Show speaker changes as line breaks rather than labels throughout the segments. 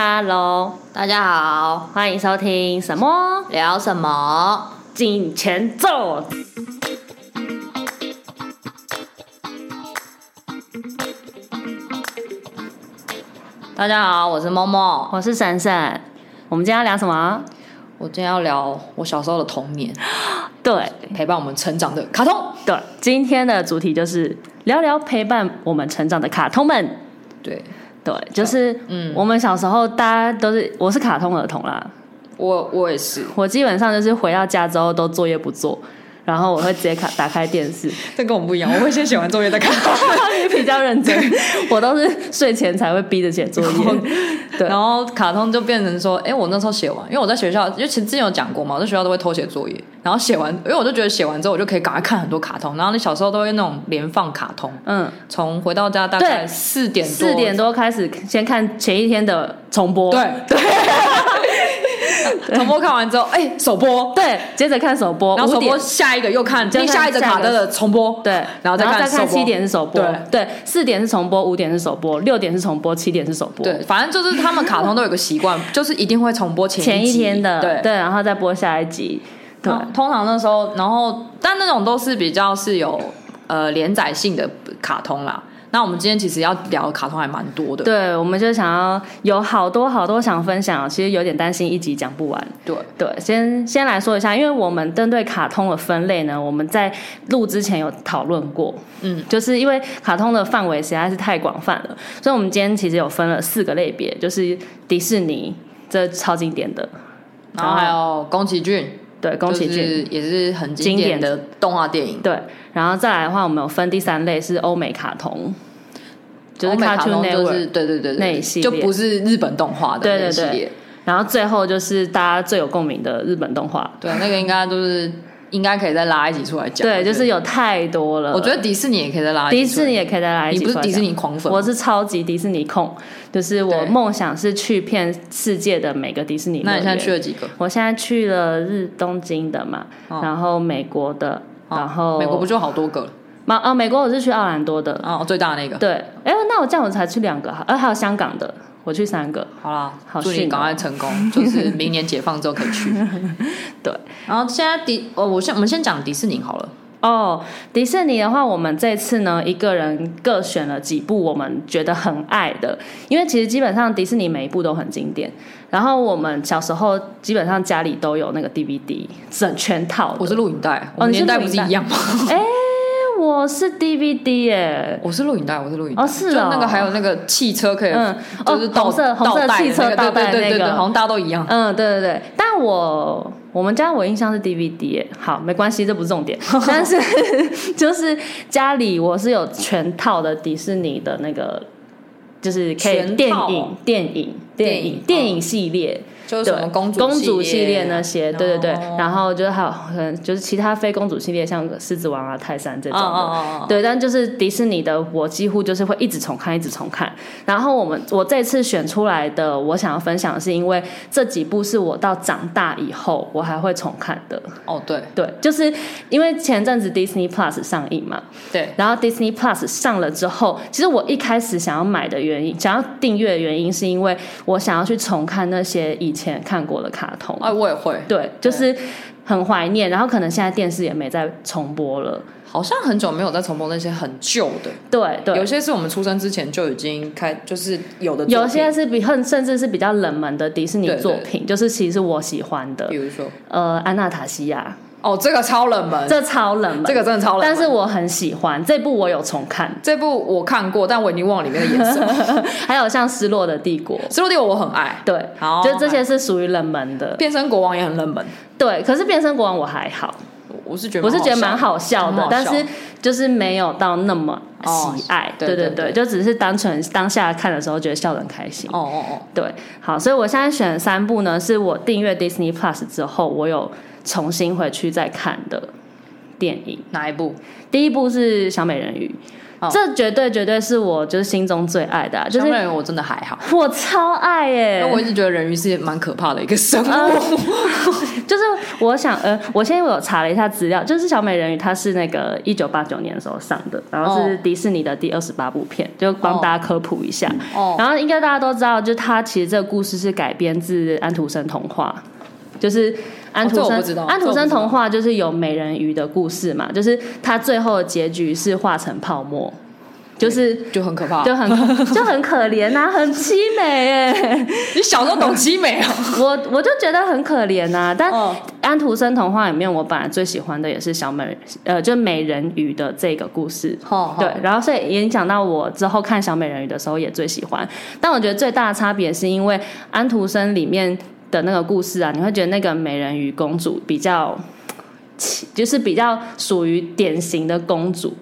Hello，
大家好，
欢迎收听什么
聊什么？
进前奏。
大家好，我是默默。
我是闪闪，我们今天要聊什么？
我今天要聊我小时候的童 年，
对
陪伴我们成长的卡通。
对，今天的主题就是聊聊陪伴我们成长的卡通们。
对
对，就是嗯
嗯，
我们小时候大家都是，我是卡通儿童啦，
我，我也是。
我基本上就是回到家之后都作业不做，然后我会直接卡打开电 视，
这跟我们不一样，我会先写完作业再看，
你比较认真，我都是睡前才会逼着写作业。对
然后卡通就变成说，哎、我那时候写完，因为我在学校，因为其实之前有讲过嘛，我在学校都会偷写作业，然后写完，因为我就觉得写完之后我就可以赶快看很多卡通，然后你小时候都会那种连放卡通，
嗯，
从回到家大概
对
四点多
四点多开始先看前一天的重播，
对 对，重播看完之后，哎、首播，
对，接着看首播，
然后
哦
首
五点
播下一个又看，
就
接
看
下一个卡的的重播，
对，
然后再
再
看首播
七点是首播，
对
对，四点是重播，五点是首播，六点是重播，七点是首播，
对，反正就是他们卡通都有个习惯， 就是一定会重播前
前
一
一
集
天的，
对。
然后再播下一集，对
然后通常那时候，然后但那种都是比较是有呃连载性的卡通啦。那我们今天其实要聊的卡通还蛮多的，
对，我们就想要有好多好多想分享哦，其实有点担心一集讲不完。
对
对，先先来说一下，因为我们针对卡通的分类呢，我们在录之前有讨论过，
嗯，
就是因为卡通的范围实在是太广泛了，所以我们今天其实有分了四个类别，就是迪士尼，这超经典的，
然后还有宫崎骏，
对，宫崎
就
骏，
是也是很
经
经
典
典的动画电影，
对，然后再来的话，我们有分第三类是欧美卡通，就是
欧美卡
Cartoon
通
Network，、
就是对对对
那一
对，
系
就
列
不是日本动画的
对
那
对
一系
对
列，
然后最后就是大家最有共鸣的日本动画，
对那个应该都是应该可以再拉一集出来讲，
对，
我觉
就
得
是有太多了。
我觉得迪士尼也可以再拉一
呃迪
集出来
士尼也可以再来一
你
起
不是
说一
迪
下
士尼狂粉吗，
我是超级迪士尼控，就是我
对
梦想是去遍世界的每个迪士尼乐
那你
园。
现在去了几个？
我现在去了日东京的嘛，
哦
然后美国的，然后
啊美国不就好多个了？
嘛呃美国我是去奥兰多的，
哦，最大那个。
对，哎、那我这样我才去两个，呃还有香港的，我去三个，
好啦，
好
祝你
逊哦
赶快成 功，就是明年解放之后可以去。
对，
然后现在迪，哦，我先我们先讲迪士尼好了。
哦，迪士尼的话，我们这次呢，一个人各选了几部我们觉得很爱的，因为其实基本上迪士尼每一部都很经典。然后我们小时候基本上家里都有那个 DVD 整全套的。
我是录影带，我
哦
们
你是
年代
录
不
影
是
带
一样吗？
哎、我是 DVD 耶、
我是录影带，我是录影带。
哦是哦
就那个还有那个汽车可以，
嗯
就是
哦
倒
红色
倒
红色
带的
汽车
那个
倒带
对对对对
那
对，
个
好像大家都一样。
嗯，对对对，但我我们家我印象是 DVD 耶、好，没关系，这不是重点， 但是就是家里我是有全套的迪士尼的那个，就是可以
全
电
套
影
哦、
电影、电
电影
影
哦、
电影系列，
就是
对
什么公主
公主
系啊哦
系列那些，对对对，然
后
后就是还有可能就是其他非公主系列，像《狮子王》啊、《泰山》这
哦
种的。
哦哦，
对，但就是迪士尼的，我几乎就是会一直重看，一直重看。然后我们我这次选出来的，我想要分享的是因为这几部是我到长大以后我还会重看的。
哦对
对，就是因为前阵子 Disney Plus 上映嘛，
对，
然后 Disney Plus 上了之后，其实我一开始想要买的原因，想要订阅的原因，是因为我想要去重看那些以前看过的卡通。
哎我也会，
对，就是很怀念，然后可能现在电视也没再重播了。
好像很久没有再重播那些很旧的。
对对，
有些是我们出生之前就已经开，就是有的作
有
品
些是比很甚至是比较冷门的迪士尼
对对
作品，就是其实是我喜欢的
比，如说，
呃，《安娜塔西亚
哦，这个超冷门》，，
这超冷门，
这个真的超冷门。
但是我很喜欢这部，我有重 看，
这部我看过，但我已经忘了里面的颜 色。
还有像《失落的帝国》，
《失落帝国》我很爱，
对，
好
就这些是属于冷门的，
变身国王》也很冷门，
对。可是《变身国王》我还好，
我我是觉得
我是觉得蛮
好
好笑
蛮
的但
好，笑
是就是没有到那么喜爱，
哦对
对
对对
对，就只是单纯当下看的时候觉得笑得很开心
笑。。哦哦
对，好，所以我现在选的三部呢，是我订阅 Disney Plus 之后，我有重新回去再看的电影
哦，。哪一部？
第一部是《小美人鱼》，
哦
这绝对绝对是我就是心中最爱的、啊，就
就是
是
人我真的还好，
我超爱耶、
因为我一直觉得人鱼是蛮可怕的一个生物。
就是我想，呃，我现在我有查了一下资料，就是小美人鱼，它是那个一九八九年的时候上的，然后是
哦
迪士尼的第二十八部片，就帮
哦
大家科普一下。
哦，
然后应该大家都知道，就它其实这个故事是改编自安徒生童话，就是安徒
哦这我
生、
不知道
安
这
徒
我不
生
知道
童话就是有美人鱼的故事嘛，就是它最后的结局是化成泡沫，就是。
就很可怕。
就很就很可怜呐、很凄美哎，
你小时候懂凄美 啊？
我我就觉得很可怜呐、但
哦
安徒生童话里面，我本来最喜欢的也是小美，呃，就美人鱼的这个故事。
哦
对，，然后所以影响到我之后看小美人鱼的时候也最喜欢。但我觉得最大的差别是因为安徒生里面的那个故事啊，你会觉得那个美人鱼公主比较，就是比较属于典型的公主，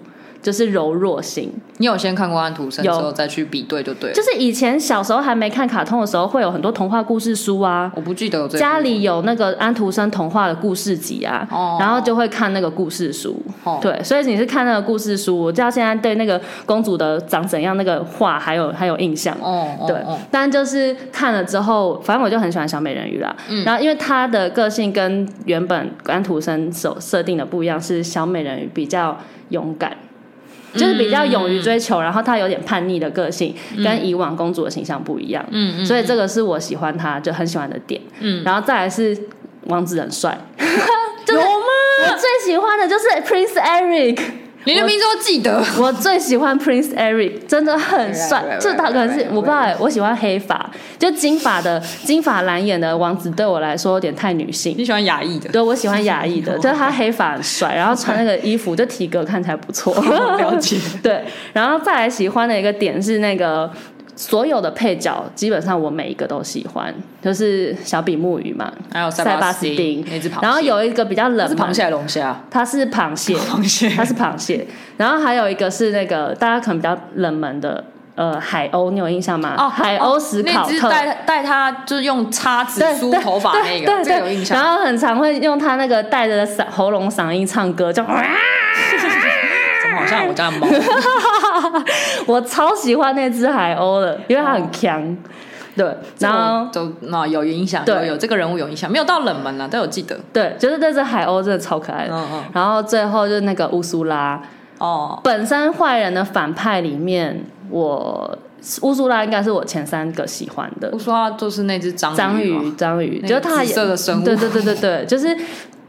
就是柔弱型。
你有先看过安徒生之
有
后再去比对就对了
就。是以前小时候还没看卡通的时候，会有很多童话故事书啊，
我不记得有这一
家
部
里有那个安徒生童话的故事集啊，
哦
然后就会看那个故事书。
哦
对，所以你是看那个故事书，我到现在对那个公主的长怎样那个画还有还有印象。
哦哦
对
哦，
但就是看了之后，反正我就很喜欢小美人鱼啦。
嗯
然后因为她的个性跟原本安徒生所设定的不一样，是小美人鱼比较勇敢，
嗯
就是比较勇于追求，然后她有点叛逆的个性，跟以往公主的形象不一样。
嗯嗯，
所以这个是我喜欢她就很喜欢的点。嗯，然后再来是王子很帅， 就是
有吗？
我最喜欢的就是 Prince Eric。
你的名字都记得。
我最喜欢 Prince Eric，真的很
Right, right,
帅。
right,
就他可能是
right, right.
我不知道欸，我喜欢黑发，就金发的金发蓝眼的王子，对我来说有点太女性。
你喜欢雅 艺的？
对，我喜欢亚裔 的，就是他黑发很帅，然后穿那个衣服，就体格看起来不 错。
哦了解。
对，然后再来喜欢的一个点是那个。所有的配角基本上我每一个都喜欢，就是小比目鱼嘛，
还有
塞巴
哦巴
斯
丁
汀
那只螃蟹，
然后有一个比较冷
是
门
螃蟹，还是龙虾？
它是螃蟹，
螃蟹
它是螃蟹，然后还有一个是那个大家可能比较冷门的，呃，海鸥，你有印象吗？哦海鸥史考
哦那只
特。
带带他就是用叉子
对
梳
对
头发那
对
个，这
对
个有印
然
象。
后很常会用他那个带着嗓喉咙嗓音唱歌，就 哇，
怎么好像我家的猫？
我超喜欢那只海鸥的，因为它
哦
很强。 对，然后
这个我都那有印象，
对
有有这个人物有印象，没有到冷门了，但有记得。
对，就是那只海鸥真的超可爱的。
嗯嗯
然后最后就是那个乌苏拉，
哦，
本身坏人的反派里面，我乌苏拉应该是我前三个喜欢的
我。说他就是那只章
章
鱼嘛
鱼，章鱼，
哦那
就
个
是它
紫色的生物
对对对对对， 就是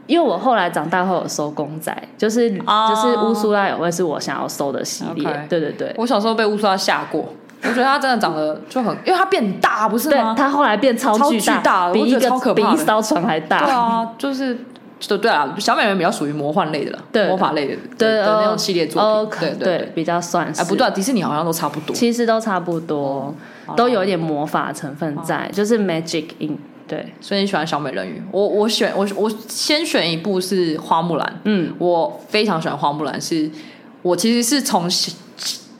因为我后来长大后有收公仔，就是、
哦
就是乌苏拉也会是我想要收的系列。
OK 哦
对对对，
我小时候被乌苏拉吓过，我觉得他真的长得就很，因为他变大不是
对
吗？
它后来变超
超
巨
巨大了
比
我
一
觉得
个
超可
比
怕
一
的
艘船还大。
对啊，就是对对啊，小美人比较属于魔幻类的啦，
对
魔法类的
对
的的那
哦
种系列作
哦
品，对
对
对。
比较算是。
哎，不对啊，迪士尼好像都差不多。
其实都差不多，
好啦哦
都有一点魔法成分在，就是 magic in。对，
所以你喜欢小美人鱼？我我选我我先选一部是花木兰，
嗯，
我非常喜欢花木兰，是我其实是从西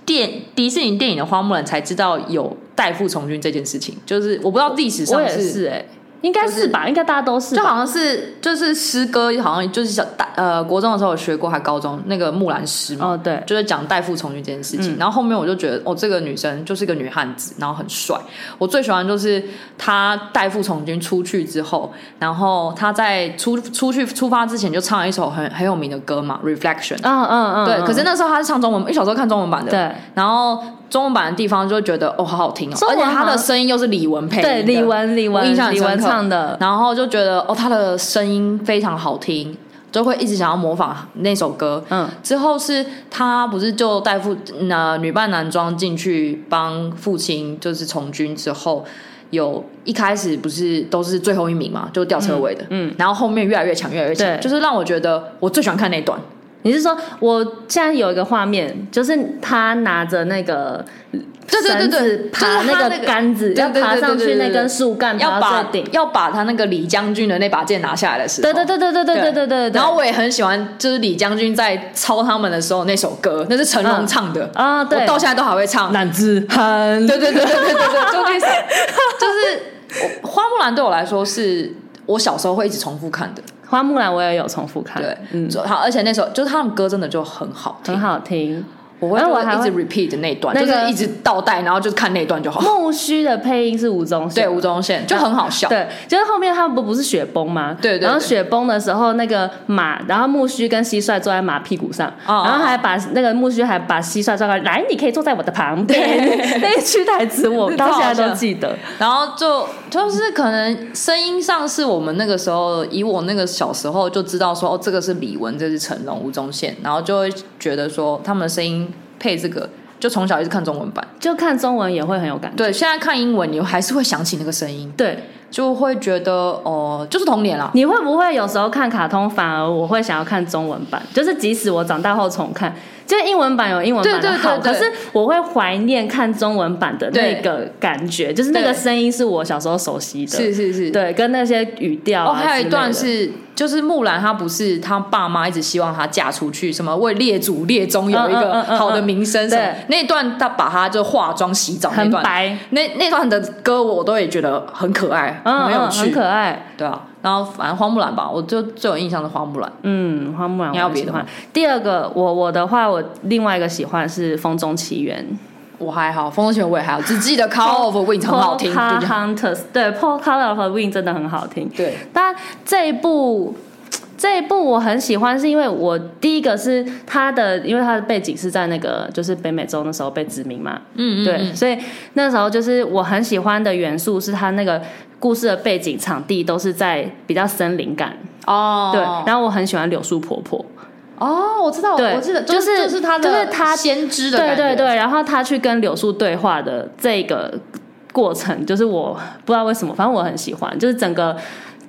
电迪士尼电影的花木兰才知道有代父从军这件事情，就是我不知道历史
我
上
也是哎、应该是吧，应该大家都是吧。
就好像是就是诗歌，好像就是小大呃国中的时候有学过，还高中那个木兰诗嘛，
哦，对，
就是讲代父从军这件事情。
嗯
然后后面我就觉得，哦，这个女生就是一个女汉子，然后很帅。我最喜欢就是她代父从军出去之后，然后她在出出去出发之前就唱了一首很很有名的歌嘛，《Reflection》。
嗯嗯嗯，
对，
嗯
可是那时候她是唱中文，因为小时候看中文版的，
对
然后中文版的地方就会觉得哦，好好听哦，
中
而
文
且
好
她的声音又是李玟配
对
音的
李玟李
我
玟
印象很
李
深刻
玟唱 的，
然后就觉得哦，她的声音非常好听，就会一直想要模仿那首歌。
嗯，
之后是她不是就带父那、女扮男装进去帮父亲就是从军之后，有一开始不是都是最后一名嘛，就吊车尾的，
嗯嗯
然后后面越来越强，越来越强
对，
就是让我觉得我最喜欢看那一段，
你是说我现在有一个画面，就是他拿着那个
对对对对
绳子爬
就是他
那
那
个
个
杆子，
对对
要爬
对对
上
对
去
对
那
对
根树干，
要
爬到
把
最顶。
要把他那个李将军的那把剑拿下来的时候，
对对对对对对对对对对。
然后我也很喜欢，就是李将军在抄他们的时候那首歌，那是成龙唱的，
啊，对，
我到现在都还会唱。
男子汉，
对对对对对对对，就那首，就是我花木兰对我来说是我小时候会一直重复看的，
花木兰我也有重复看，
对，
嗯，
就好，而且那首就是他们歌真的就很好听
很，好听。
我会
然后我
就
还
一直
会
repeat 那一段，
啊那
就
个
是一直倒带，然后就看那一段就好。
木须的配音是吴宗宪，
对，吴宗宪就很好笑。
对，就是后面他们不不是雪崩吗？
对对对
然后雪崩的时候，那个马，然后木须跟蟋蟀坐在马屁股上，
哦
然后还把那个木须还把蟋蟀抓过来，来，你可以坐在我的旁边。 那一句台词 我到现在都记得。
然后就就是可能声音上是我们那个时候，以我那个小时候就知道说，哦，这个是李玟，这是成龙、吴宗宪，然后就会觉得说他们的声音配这个，就从小一直看中文版。
就看中文也会很有感觉。
对，现在看英文，你还是会想起那个声音，
对，
就会觉得哦、就是童年啦。
你会不会有时候看卡通，反而我会想要看中文版？就是即使我长大后重看，就是英文版有英文版的
对对对
好，
对
可是我会怀念看中文版的那
对
个感觉，就是那个
对
声音是我小时候熟悉的。
是是是，
对，跟那些语调、啊、
哦，还有一段
之类的。
是，就是木兰她不是她爸妈一直希望她嫁出去，什么为列祖列宗有一
嗯嗯
个
嗯嗯
好的名声
嗯
什么。
对
那一段她把她就化妆洗澡那
很
段，
白，
那那段的歌我都也觉得很可爱，
嗯，
很有
嗯很
趣，
可爱。
对啊。然后反正花木兰吧，我就最有印象的花木兰，
嗯，花木兰
你
我
还有
很
别
喜
的
欢
吗。
第二个，我我的话，我另外一个喜欢是《风中奇缘》
我还好，风中奇缘我也还好，只记得 Call of Wind 很好听，
Paul
就这样。
Hunters 对，Paul Color 和 Win 真的很好听。
对，
但这一部这一部我很喜欢，是因为我第一个是它的，因为它的背景是在那个就是北美洲那时候被殖民嘛，
嗯嗯，
对，所以那时候就是我很喜欢的元素是它那个故事的背景场地都是在比较森林感，
哦，
对，然后我很喜欢柳树婆婆，
哦，我知道，
对
我记得，
就是是
就是他的，
就是她
先知的
对
感觉，
对对，然后她去跟柳树对话的这个过程，就是我不知道为什么，反正我很喜欢，就是整个。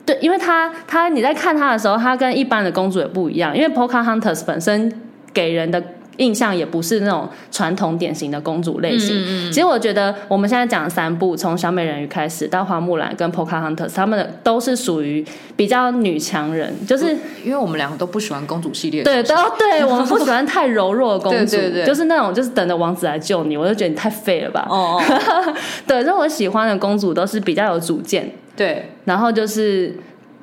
对，因为她她你在看她的时候，她跟一般的公主也不一样，因为 Pocahontas 本身给人的印象也不是那种传统典型的公主类型。
嗯
其实我觉得我们现在讲的三部，从小美人鱼开始到花木兰跟 Pocahontas，他们的都是属于比较女强人，就是
因为我们两个都不喜欢公主系列，
对，都 对我们不喜欢太柔弱的公主，
对对对
就是那种就是等着王子来救你，我就觉得你太废了吧。
哦哦，
对，所以我喜欢的公主都是比较有主见，
对，
然后就是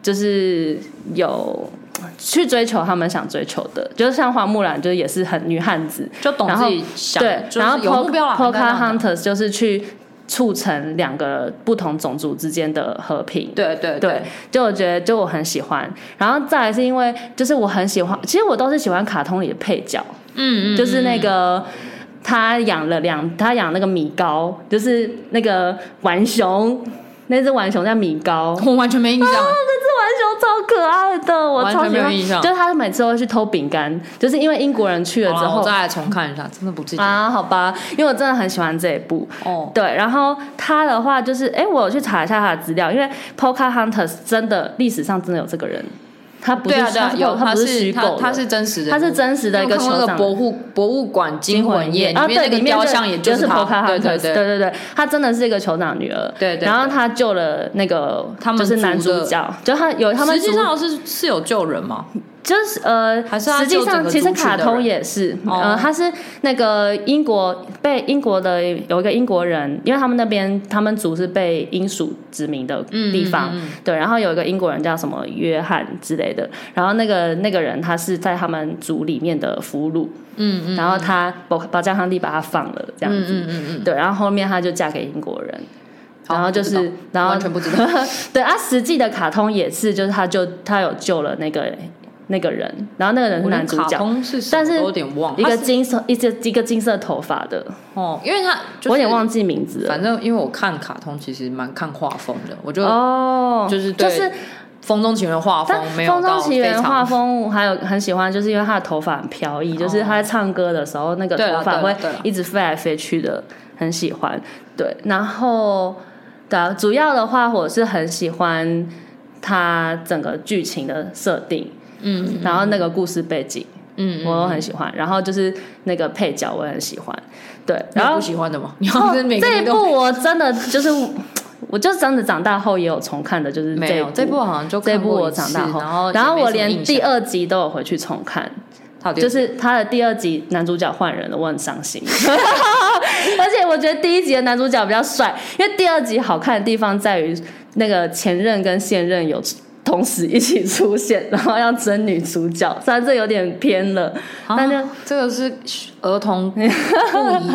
就是有去追求他们想追求的，就是像花木兰，就是也是很女汉子，
就懂
然
自
后
己想，
对，
就是
然后
有目标啦
p o
应
c
该
a
这
h u
样讲
n t e r s 就是去促成两个不同种族之间的和平。
对对
对，就我觉得就我很喜欢，然后再来是因为就是我很喜欢，其实我都是喜欢卡通里的配角，
嗯嗯，
就是那个。他养了两，他养那个米高，就是那个浣熊，那只浣熊叫米高，
我完全没印象，
啊那只浣熊超可爱的，我
完
超
全
喜
没有
欢。
印象
就是他每次都会去偷饼干，就是因为英国人去了之
好啦
后
我再来重看一下，真的不记得，
啊，好吧，因为我真的很喜欢这一部。
哦，
对，然后他的话就是，哎，我有去查一下他的资料，因为 Pocahontas 真的历史上真的有这个人，他不是
对啊对啊，
他
有
他不
是
虚构
他
的，
他是真实的，
他是真实的一
因为
个
我看过
酋
那个
长。
博物博物馆惊魂夜
啊，对，
里面那
里
个
面
雕像，也
就是
他，
Pocahontas，
对对
对
对，
对对，他真的是一个酋长女儿，
对对
然后他救了那个
他们
就是男
族的
主角，就他有他们
实际
族
上是是有救人嘛，
就是呃，
还是他
实际
救整
上
个
其实
族群
卡
的
通
人
也是，
哦
呃，他是那个英国被英国的有一个英国人，因为他们那边他们族是被英属殖民的
嗯
地方，对，然后有一个英国人叫什么约翰之类的，然后那个那个人他是在他们族里面的俘虏，嗯嗯，然后他保保加康帝把他放了这样子，
嗯嗯嗯，
对，然后后面他就嫁给英国人，
好
然后就
不
是
知道
然后
完全不知 道，
对啊，实际的卡通也是，就是他就他有救了那个那个人，然后那个人是
我
男
连
主
卡
角，
通是什么
但是
都有点忘，
一
它
个
是
金色一只一个金色头发的，
哦，因为他
我有点，忘记名字
就是
了。
反正因为我看卡通其实蛮看画风的，我就
哦，
就是
就
对
是，
风中情人画
但
风没
《风
有
中
到
奇
非
缘》画
常
风我还有很喜欢，就是因为他的头发很飘逸，就是他在唱歌的时候，那个
哦对啦
头发
对
会
啦对啦
一直飞来飞去的，很喜欢。对，然后对啊、主要的话我是很喜欢他整个剧情的设定，
嗯
然后那个故事背景，
嗯，
我都很喜欢。然后就是那个配角，我也很喜欢。对，然
然
后
后不喜欢的嘛，你
哦
好像每个
这
人
一
都
部我真的就是，我就真的长大后也有重看的，就是
没有，
这
这部好像就
这
看
部
过
我
一
长
次
大后，
然后
然后
也没
我
什么
连
印
第
象
二集都有回去重看，
到底
就是他的第二集男主角换人了，我很伤心。 而且我觉得第一集的男主角比较帅，因为第二集好看的地方在于那个前任跟现任有同时一起出现，然后要争女主角，虽然这有点偏了，
啊
但就
这个是儿童不宜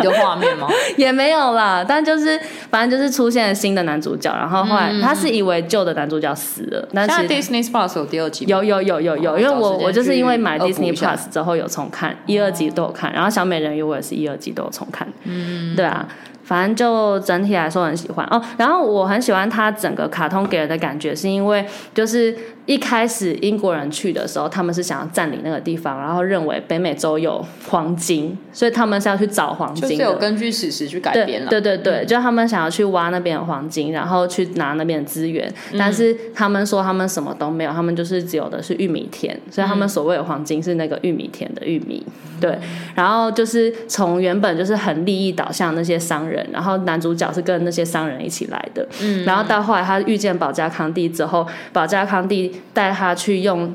的画面 吗？
也没有啦，但就是反正就是出现了新的男主角，然后后
嗯
来他是以为旧的男主角死了，但
现在
其实
Disney Plus 有第二集吗，
有有有有有，
哦
因为
找时
我
间
我就是因为买
去恶补
Disney
一下哦
Plus 之后有重看，一二集都有看，然后小美人鱼我也是一二集都有重看，嗯，对啊。反正就整体来说很喜欢哦，然后我很喜欢它整个卡通给人的感觉，是因为就是一开始英国人去的时候，他们是想要占领那个地方，然后认为北美洲有黄金，所以他们是要去找黄
就是
金的。
有根据史实去改
对
编了。嗯
对对对，就他们想要去挖那边的黄金，然后去拿那边的资源，
嗯
但是他们说他们什么都没有，他们就是只有的是玉米田，所以他们所谓的黄金是那个玉米田的玉米。
嗯
对，然后就是从原本就是很利益导向的那些商人，然后男主角是跟那些商人一起来的，嗯，然后到后来他遇见保加康帝之后，保加康帝带他去用，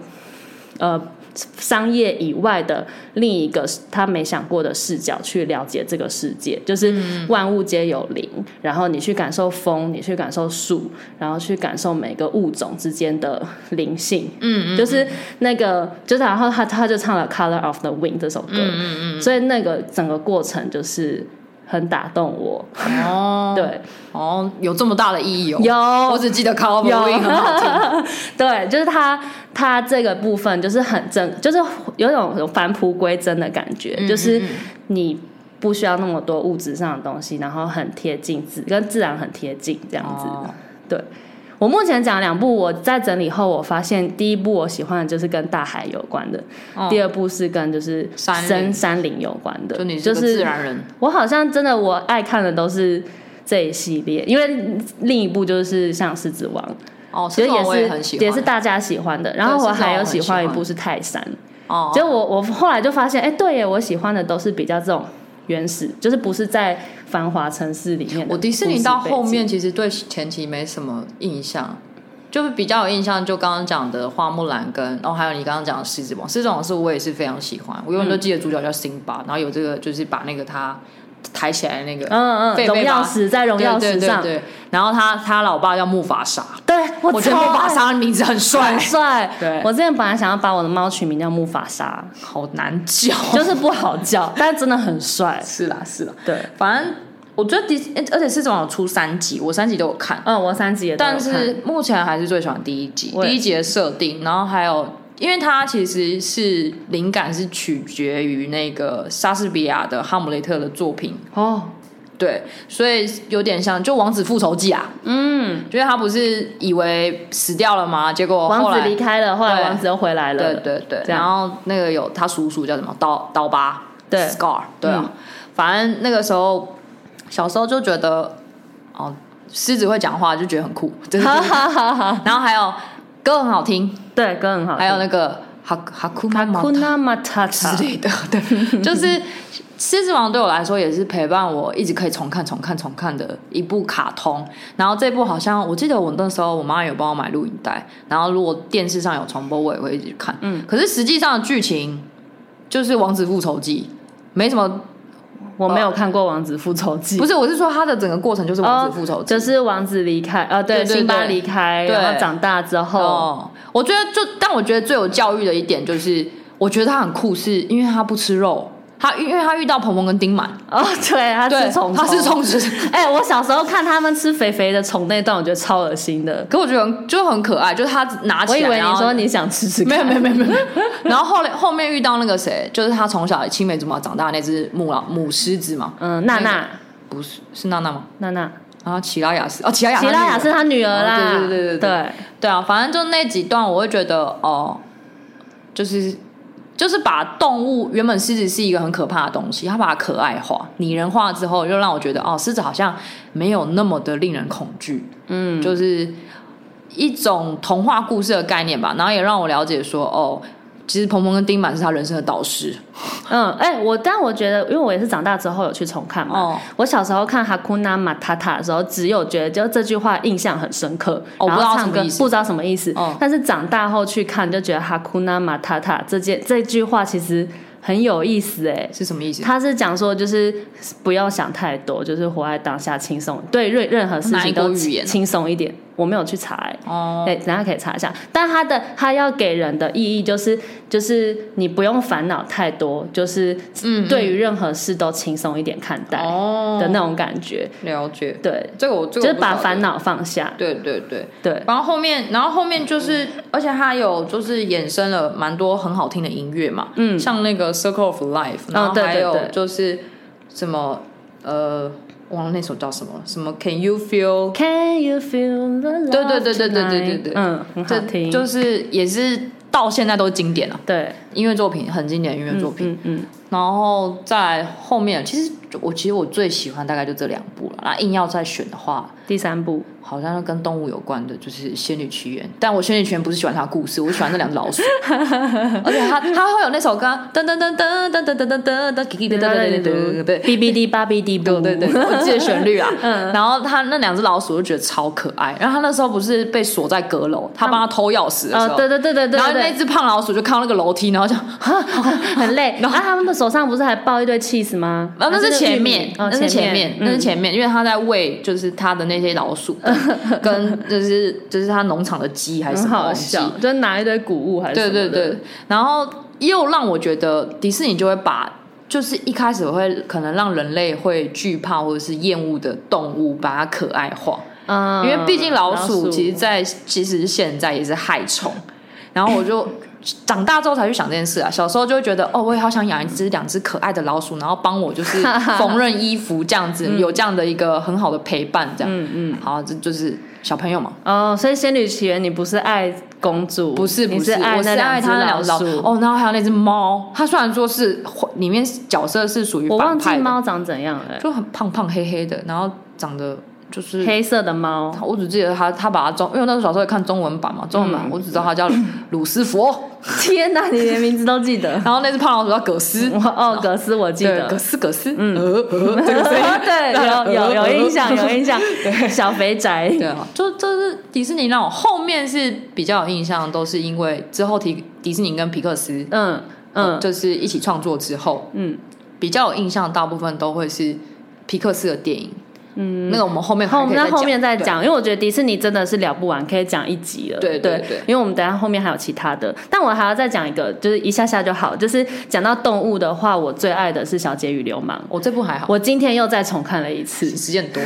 呃。商业以外的另一个他没想过的视角去了解这个世界，就是万物皆有灵，然后你去感受风，你去感受树，然后去感受每个物种之间的灵性，嗯就是那个，就是然后他他就唱了《Color of the Wind》这首歌，嗯嗯所以那个整个过程就是很打动我，
哦，
对，
哦，有这么大的意义哦。
有
我只记得 Color b
有
l 很好听。
对，就是他他这个部分就是很正，就是有种返璞归真的感觉，
嗯
就是你不需要那么多物质上的东西，然后很贴近自跟自然很贴近这样子。
哦
对我目前讲两部，我在整理后我发现，第一部我喜欢的就是跟大海有关的，第二部是跟就是
哦山林
森山林有关的，
就你是
就
个自
是
然人，
我好像真的我爱看的都是。这一系列，因为另一部就是像《狮子王》，
哦，
其
其
实
实
也
我也很喜
是
欢，
也是大家喜欢的。然后我还有喜欢一部
对
是泰山，
哦，
结果我我后来就发现，哎，对耶，我喜欢的都是比较这种原始，就是不是在繁华城市里面的
我迪士尼
故事
到
背
后
景
面其实对前期没什么印象，就是比较有印象，就刚刚讲的花木兰跟，然、后还有你刚刚讲的狮子王，狮子王是我也是非常喜欢，我永远都记得主角叫辛巴，然后有这个就是把那个他抬起来的那个，
嗯嗯，
狒狒
荣耀
吧
石在荣耀
对
石
对
上
对，对，然后他他老爸叫木法沙，
对
我
我
觉得木
超
法
爱
沙的名字很 帅
很，帅。
对
我之前本来想要把我的猫取名叫木法沙，
好难叫，
就是不好叫，但真的很帅。
是啦是啦，
对，
反正我觉得迪，而且狮子王有出三集，我三集都有看。
嗯，我三集也都有
但
看
是目前还是最喜欢第一集，
我也
第一集的设定，然后还有，因为它其实是灵感是取决于那个莎士比亚的《哈姆雷特》的作品，
哦，
对，所以有点像就《王子复仇记》啊，嗯，就是他不是以为死掉了吗？结果后
王子
来
离，开了，后来
对
王子又回来了。
对对对，
这样
然后那个有他叔叔叫什么刀刀疤，
对
，scar，对啊，
嗯
反正那个时候小时候就觉得，哦，狮子会讲话就觉得很酷，真 的
哈哈哈哈！
然后还有歌很好听，
对，歌很好听，
还有那个哈哈库曼马
Hakuna Matata
之类的，对，就是《狮子王》对我来说也是陪伴我一直可以重看、重看、重看的一部卡通。然后这部好像我记得我那时候我妈有帮我买录影带，然后如果电视上有重播，我也会一直看。嗯，可是实际上的剧情就是《王子复仇记》，没什么。
我没有看过《王子复仇记》
哦
哦
不是，我是说它的整个过哦程就是《王子复仇记》
就是王子离开，呃，对，
对对
辛巴
对
离开，
对
然后长大之后，
哦，我觉得就，但我觉得最有教育的一点就是，我觉得他很酷，是因为他不吃肉，他因为他遇到鹏鹏跟丁满，
哦，对，他
对，
吃虫，
他是。虫子。
哎，我小时候看他们吃肥肥的虫那段，我觉得超恶心的。
可我觉得很就很可爱，就是他拿起
我以为
来，然
你
后
说你想吃吃看，
没有没有没有没有， 然后后来后面遇到那个谁，就是他从小青梅竹马长大的那只母老母狮子嘛，
嗯，娜娜
不是是娜娜吗？
娜娜，
然后齐拉雅是哦，齐拉雅她
齐拉雅
女儿
是他女儿啦，
哦对对对对对
对
对啊，反正就那几段，我会觉得哦，就是就是把动物原本狮子是一个很可怕的东西，它把它可爱化、拟人化之后，又让我觉得哦，狮子好像没有那么的令人恐惧，嗯，就是一种童话故事的概念吧。然后也让我了解说哦，其实鹏鹏跟丁满是他人生的导师，
嗯，哎、我但我觉得，因为我也是长大之后有去重看嘛。
哦
我小时候看《Hakuna Matata》的时候，只有觉得就这句话印象很深刻，
哦
然
不知
后
道
唱
什么
歌
意思
不知道什么意思。
哦
但是长大后去看，就觉得《Hakuna Matata》这件这句话其实很有意思哎。
是什么意思？
他是讲说，就是不要想太多，就是活在当下，轻松对任任何事
哪
情
一
都
国语言啊
轻松一点。我没有去查、欸，
哦，
对，大家可以查一下。但它的它要给人的意义就是，就是你不用烦恼太多，就是
嗯
对于任何事都轻松一点看待
哦
的那种感觉。
了解，
对，
这个我
就
这个
是
我不
把
晓得
烦恼放下。
对对对，
对，
然后后面，然后后面就是，
嗯
而且它有就是衍生了蛮多很好听的音乐嘛，
嗯哦
像那个 Circle of Life，然后
对对
还有
对
就是什么呃，忘了那首叫什么了，什么 Can You Feel
Can you feel the love
对对对对对对对
tonight？
对
嗯，很好
这
听，
就是也是到现在都是经典啊，
对，
音乐作品很经典的音乐作品。
嗯嗯，
然后在后面，其实我其实我最喜欢大概就这两部了。那硬要再选的话，
第三部
好像跟动物有关的，就是《仙女奇缘》。但我《仙女奇缘》不是喜欢它的故事，我喜欢那两只老鼠。而且它它会有那首歌，噔噔噔噔噔噔噔噔噔噔，滴噔噔噔噔噔噔。
B B D 八 B D
对
不，
对 对，我记得旋律啊。然后他那两只老鼠就觉得超可爱。然后他那时候不是被锁在阁楼，他帮他偷钥匙的时
呃，
候，
对对对对对
然后
对
那
对，
只胖老鼠就靠那个楼梯，然后就，
很 累。然后他们手上不是还抱一堆 cheese 吗？
然后那
还
是
玉
前
米
面，
哦，
那是前面
面，，
那是
嗯
前面，因为他在喂，就是他的那些老鼠，跟就是就是他农场的鸡还是什
很
么东
好
西，
笑，就是拿一堆谷物还是
对
什么
对
的
对，然后又让我觉得迪士尼就会把，就是一开始会可能让人类会惧怕或者是厌恶的动物，把它可爱化。
嗯，
因为毕竟老鼠其实
实
在，其实现在也是害虫。然后我就长大之后才去想这件事啊，小时候就会觉得哦，我也好想养一只、两只可爱的老鼠，然后帮我就是缝纫衣服这样子，有这样的一个很好的陪伴，这样。嗯嗯。好，这就是小朋友嘛。
哦，所以《仙女奇缘》你不是爱公主，
不是
你
不是，
爱
我是
那
爱
两
他那两
只
只老
鼠。
哦，然后还有那只猫，它虽然说是里面角色是属于
我
反
忘记
派的，
猫长怎样了，
就很胖胖黑黑的，然后长得就是
黑色的猫，
我只记得他，他把他中，因为那时候小时候会看中文版嘛，中文版、
嗯
我只知道他叫鲁斯佛，。
天哪，你连名字都记得
然后那只胖老鼠叫葛斯，
我 哦，葛斯我记
对，
得
葛，斯葛斯，嗯，呃呃这个声 音，
对，有有有印象，有印 象，小肥宅，
对啊，就就是迪士尼让我后面是比较有印象，都是因为之后迪迪士尼跟皮克斯，
嗯嗯
哦就是一起创作之后，
嗯，
比较有印象，大部分都会是皮克斯的电影，嗯，那个我们后面还
后
可以
那后面再
对
讲，因为我觉得迪士尼真的是聊不完，可以讲一集了。
对对
对
对
因为我们等一下后面还有其他的，但我还要再讲一个，就是一下下就好。就是讲到动物的话，我最爱的是《小杰与流氓》，
我这部还好，
我嗯今天又再重看了一次。
时间很多，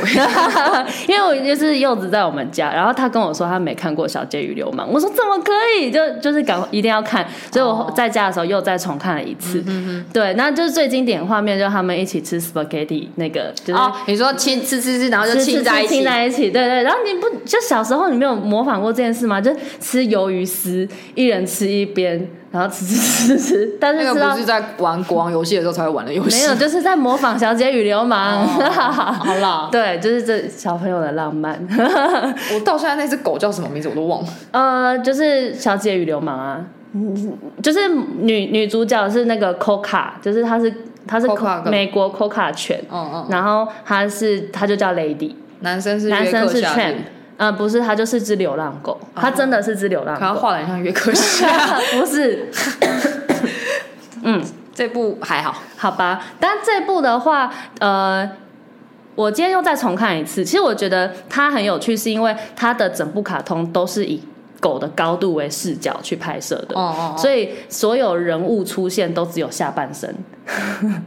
因为我就是柚子在我们家，然后他跟我说他没看过《小街与流氓》，我说怎么可以？就就是赶一定要看，所以
哦
我在家的时候又再重看了一
嗯
次。对，那就是最经典的画面，就是他们一起吃 spaghetti 那个，就是
哦，你说亲吃吃吃，然后就
吃
亲
吃
在一
吃
起
亲，在一起，对对。然后你不就小时候你没有模仿过这件事吗？就吃鱿鱼丝，一人吃一边，然后吃吃吃 吃，但是
那
吃
个
到
不是在玩国王游戏的时候才会玩的游戏，哦
没有，就是在模仿《小姐与流氓》
好 啦，
对，就是这小朋友的浪漫。
我到现在那只狗叫什么名字我都忘了。
呃，就是《小姐与流氓》啊，嗯就是女女主角是那个 Coca，就是她是她是
Coca 跟
美国 Coca 犬，
嗯嗯，
然后她是她就叫 Lady，
男生是
男
约
生
克
是
夏哦
Tramp，
的，
呃，不是，她就是只流浪狗，她真的是只流浪
然后
狗，
画的很像约克夏。
不是，
这部还好，
好吧，但这部的话，呃，我今天又再重看一次。其实我觉得它很有趣，是因为它的整部卡通都是以狗的高度为视角去拍摄的，
哦哦哦
所以所有人物出现都只有下半身。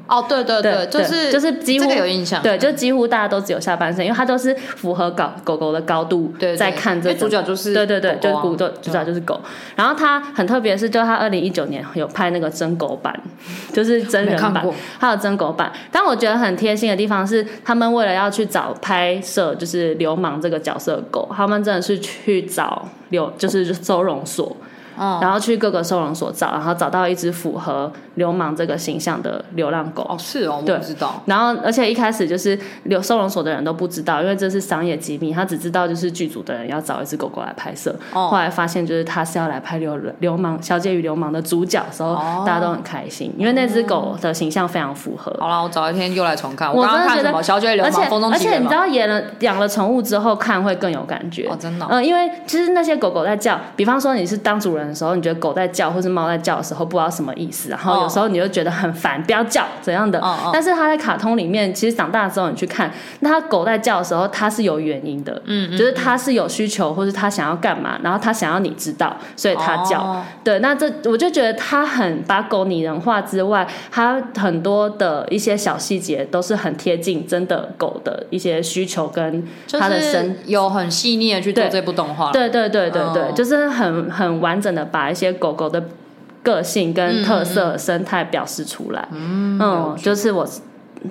哦，对对对，就是
就是几乎
这个有印象，
对，就几乎大家都只有下半身，因为它都是符合狗狗狗的高度
对对
在看这
因为主
种
角就是
对对对，
狗
就是
狗啊
骨头，主角就是狗。然后他很特别，是就他二零一九年有拍那个真狗版，就是真人
没看
版
过，
还有真狗版。但我觉得很贴心的地方是，他们为了要去找拍摄就是流氓这个角色的狗，他们真的是去找流就是收容所。
哦
然后去各个收容所找，然后找到一只符合流氓这个形象的流浪狗。
哦是哦，我
对
不知道，
然后，而且一开始就是留收容所的人都不知道，因为这是商业机密，他只知道就是剧组的人要找一只狗狗来拍摄。
哦
后来发现就是他是要来拍流流氓小姐与流氓的主角的时候，
哦
大家都很开心，因为那只狗的形象非常符合。
好啦，我找一天又来重看。
我
刚刚
真的
看
觉
什么《
得
小姐与流
而
氓
且》
《风中
而
情
且
人》
你知
嘛？
道养了养了宠物之后看会更有感觉
哦，真的哦
嗯、因为其实那些狗狗在叫，比方说你是当主人园的时候，你觉得狗在叫或是猫在叫的时候，不知道什么意思，然后有时候你就觉得很烦，不要叫怎样的。
哦哦
但是它在卡通里面，其实长大之后你去看，那它狗在叫的时候，它是有原因的，嗯就是它是有需求，或是它想要干嘛，然后它想要你知道，所以它叫。
哦
对，那这我就觉得它很把狗拟人化之外，它很多的一些小细节都是很贴近真的狗的一些需求跟
就
它的身
是有很细腻的去做
对
这部动画，
对对对对对，
哦
就是很很完整的把一些狗狗的个性跟特色生态表示出来。嗯，
了
就是我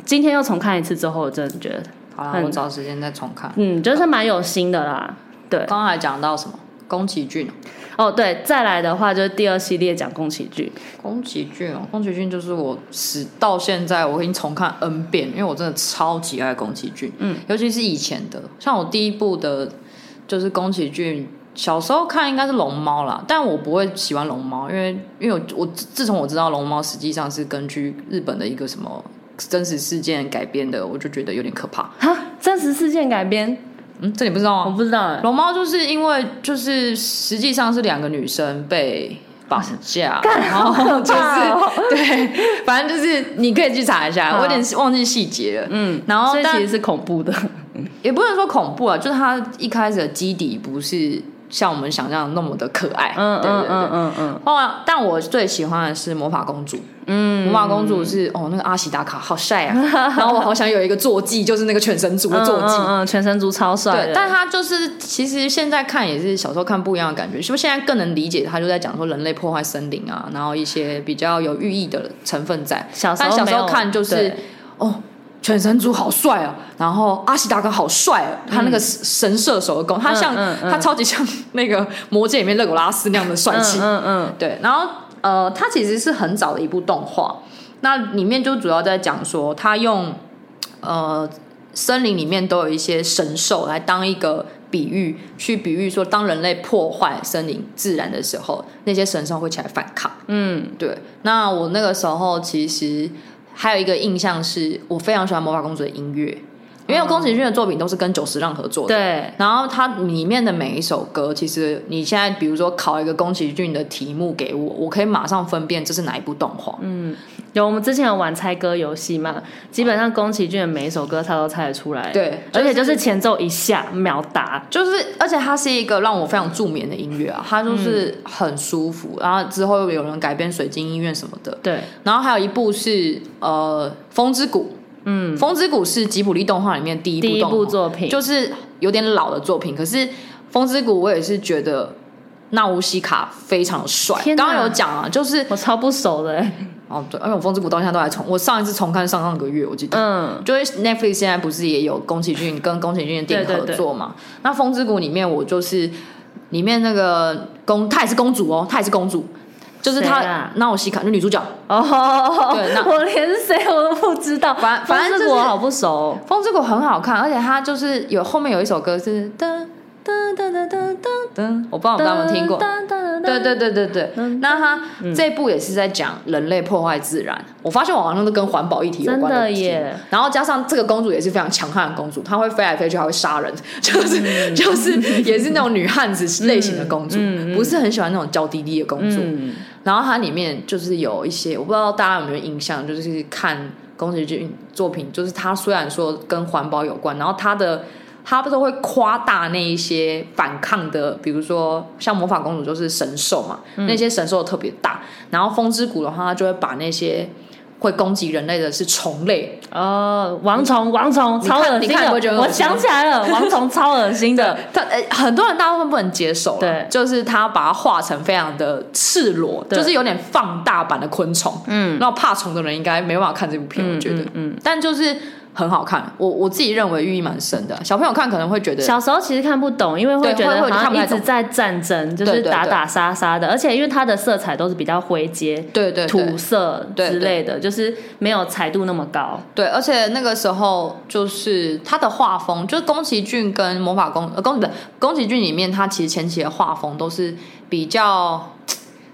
今天又重看一次之后，我真的觉得，
好啦，
很
我找时间再重看。
嗯，就是蛮有心的啦。对，
刚刚还讲到什么？宫崎骏哦，
哦对，再来的话就是第二系列讲宫崎骏，
宫崎骏哦，宫崎骏就是我死到现在，我已经重看 N 遍，因为我真的超级爱宫崎骏，嗯，尤其是以前的，像我第一部的，就是宫崎骏。小时候看应该是龙猫啦，但我不会喜欢龙猫，因为因为我我自自从我知道龙猫实际上是根据日本的一个什么真实事件改编的，我就觉得有点可怕。
哈，真实事件改编，
嗯，这你不知道吗？
我不知道哎、
龙猫就是因为就是实际上是两个女生被绑 架，然后就是、
哦
对，反正就是你可以去查一下，
好
我有点忘记细节了。
嗯，
然后
所以其
但
实是恐怖的，
也不能说恐怖啊，就是它一开始的基底不是像我们想象的那么的可爱。
嗯
对
嗯
对对。
嗯嗯嗯，
后来，但我最喜欢的是魔法公主。嗯，魔法公主是哦，那个阿喜达卡好帅 啊，然后我好想有一个坐骑，就是那个全神族的坐骑。
嗯嗯嗯，全身族超帅
对
的，，
但他就是其实现在看也是小时候看不一样的感觉，是不是现在更能理解他就在讲说人类破坏森林啊，然后一些比较有寓意的成分在。
小时
但
候
小时候
没有
看就是
对
哦。犬神族好帅啊，然后阿西达哥好帅、啊，他那个神射手的功，他像、
嗯嗯
他超级像那个魔戒里面勒古拉斯那样的帅气，
嗯嗯
对，然后呃，它其实是很早的一部动画，那里面就主要在讲说，它用呃森林里面都有一些神兽来当一个比喻，去比喻说，当人类破坏森林自然的时候，那些神兽会起来反抗。
嗯
对，那我那个时候其实还有一个印象是，我非常喜欢魔法公主的音乐，因为宫崎骏的作品都是跟久石让合作
嗯，
的。
对，
然后它里面的每一首歌，其实你现在比如说考一个宫崎骏的题目给我，我可以马上分辨这是哪一部动画。嗯，
有我们之前有玩猜歌游戏嘛，基本上宫崎骏的每一首歌他都猜得出来，，
对，
而且就是前奏一下秒答，
就是，而且它是一个让我非常助眠的音乐啊，它就是很舒服。然后之后又有人改编水晶音乐什么的，
对，
然后还有一部是呃《风之谷》，嗯，《风之谷》是吉卜力动画里面第一部
第一
动画
部作品
就是有点老的作品，可是《风之谷》我也是觉得。纳乌西卡非常帅，
天
刚
哪
刚有讲啊，就是
我超不熟的、欸，
哦，对，因为我《风之谷》到现在都还重，我上一次重看上上个月，我记得。
嗯，
就是 Netflix 现在不是也有宫崎骏跟宫崎骏的电影
对
合
对对
作嘛？那《风之谷》里面，我就是里面那个公，她也是公主哦，她也是公主，就是
谁
她
啊
那我西卡，就女主角。
哦
对那，
我连是谁我都不知道，
反反
风
正就是
之谷我好不熟哦、
《风之谷》很好看，而且它就是有后面有一首歌是噔噔噔噔噔噔噔，我不知道你们有没有听过。
哒哒哒哒
对对对对对，
嗯
那它这部也是在讲人类破坏自然。我发现我好像都跟环保议题有
真
关
的
题
耶。
然后加上这个公主也是非常强悍的公主，她会飞来飞去，还会杀人， 就是、
嗯
就是也是那种女汉子类型的公主，不是很喜欢那种娇滴滴的公主。
嗯，
然后它里面就是有一些，我不知道大家有没有印象，就是看宫崎骏作品，就是他虽然说跟环保有关，然后他的他都会夸大那一些反抗的，比如说像魔法公主就是神兽嘛，
嗯
那些神兽特别大，然后风之谷的话，他就会把那些会攻击人类的是虫类，
哦，王虫，王虫，
你看
超恶
你
心
看你会觉得
的，
恶
我
心
想起来了，王虫超恶心的，
他呃，很多人大部分不能接受啦
对
就是他把它画成非常的赤裸，
对
就是有点放大版的昆虫。嗯，然后怕虫的人应该没办法看这部片，我觉得，嗯，但就是很好看，我我自己认为寓意蛮深的。小朋友看可能会觉得，
小时候其实看不懂，因为会
对
觉得
会
好
会看
像
不太
一
懂
直在战争，就
对
是
对对
打打杀杀的，而且因为它的色彩都是比较灰阶、
对对对
土色
对
之类的，就是没有彩度那么高。
对，而且那个时候就是他的画风，就是宫崎骏跟魔法公呃宫不宫崎骏里面，他其实前期的画风都是比较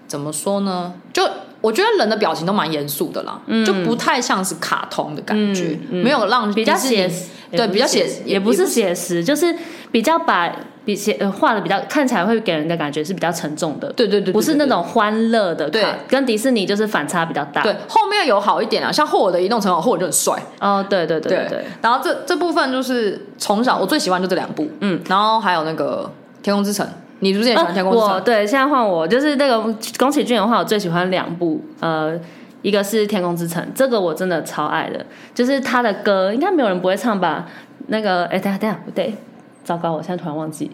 怎么说呢？就我觉得人的表情都蛮严肃的啦，就不太像是卡通的感觉，没有让
嗯比较
迪士尼
写实，
对比较
也不是
写
也不是写实，就是比较把比写呃画的比较看起来会给人的感觉是比较沉重的，
对对对，
不是那种欢乐的
对
卡，跟迪士尼就是反差比较大。
对，后面有好一点啊，像霍尔的移动城堡，霍尔就很帅。
哦，对对对对
对，然后这这部分就是从小我最喜欢就这两部，
嗯，啊
然后还有那个《天空之城》，你是不是也喜欢《天空之城》
我对，现在换我，就是那个宫崎骏的话，我最喜欢两部，呃，一个是《天空之城》，这个我真的超爱的，就是他的歌，应该没有人不会唱吧？那个，哎，等一下等一下，不对，糟糕，我现在突然忘记，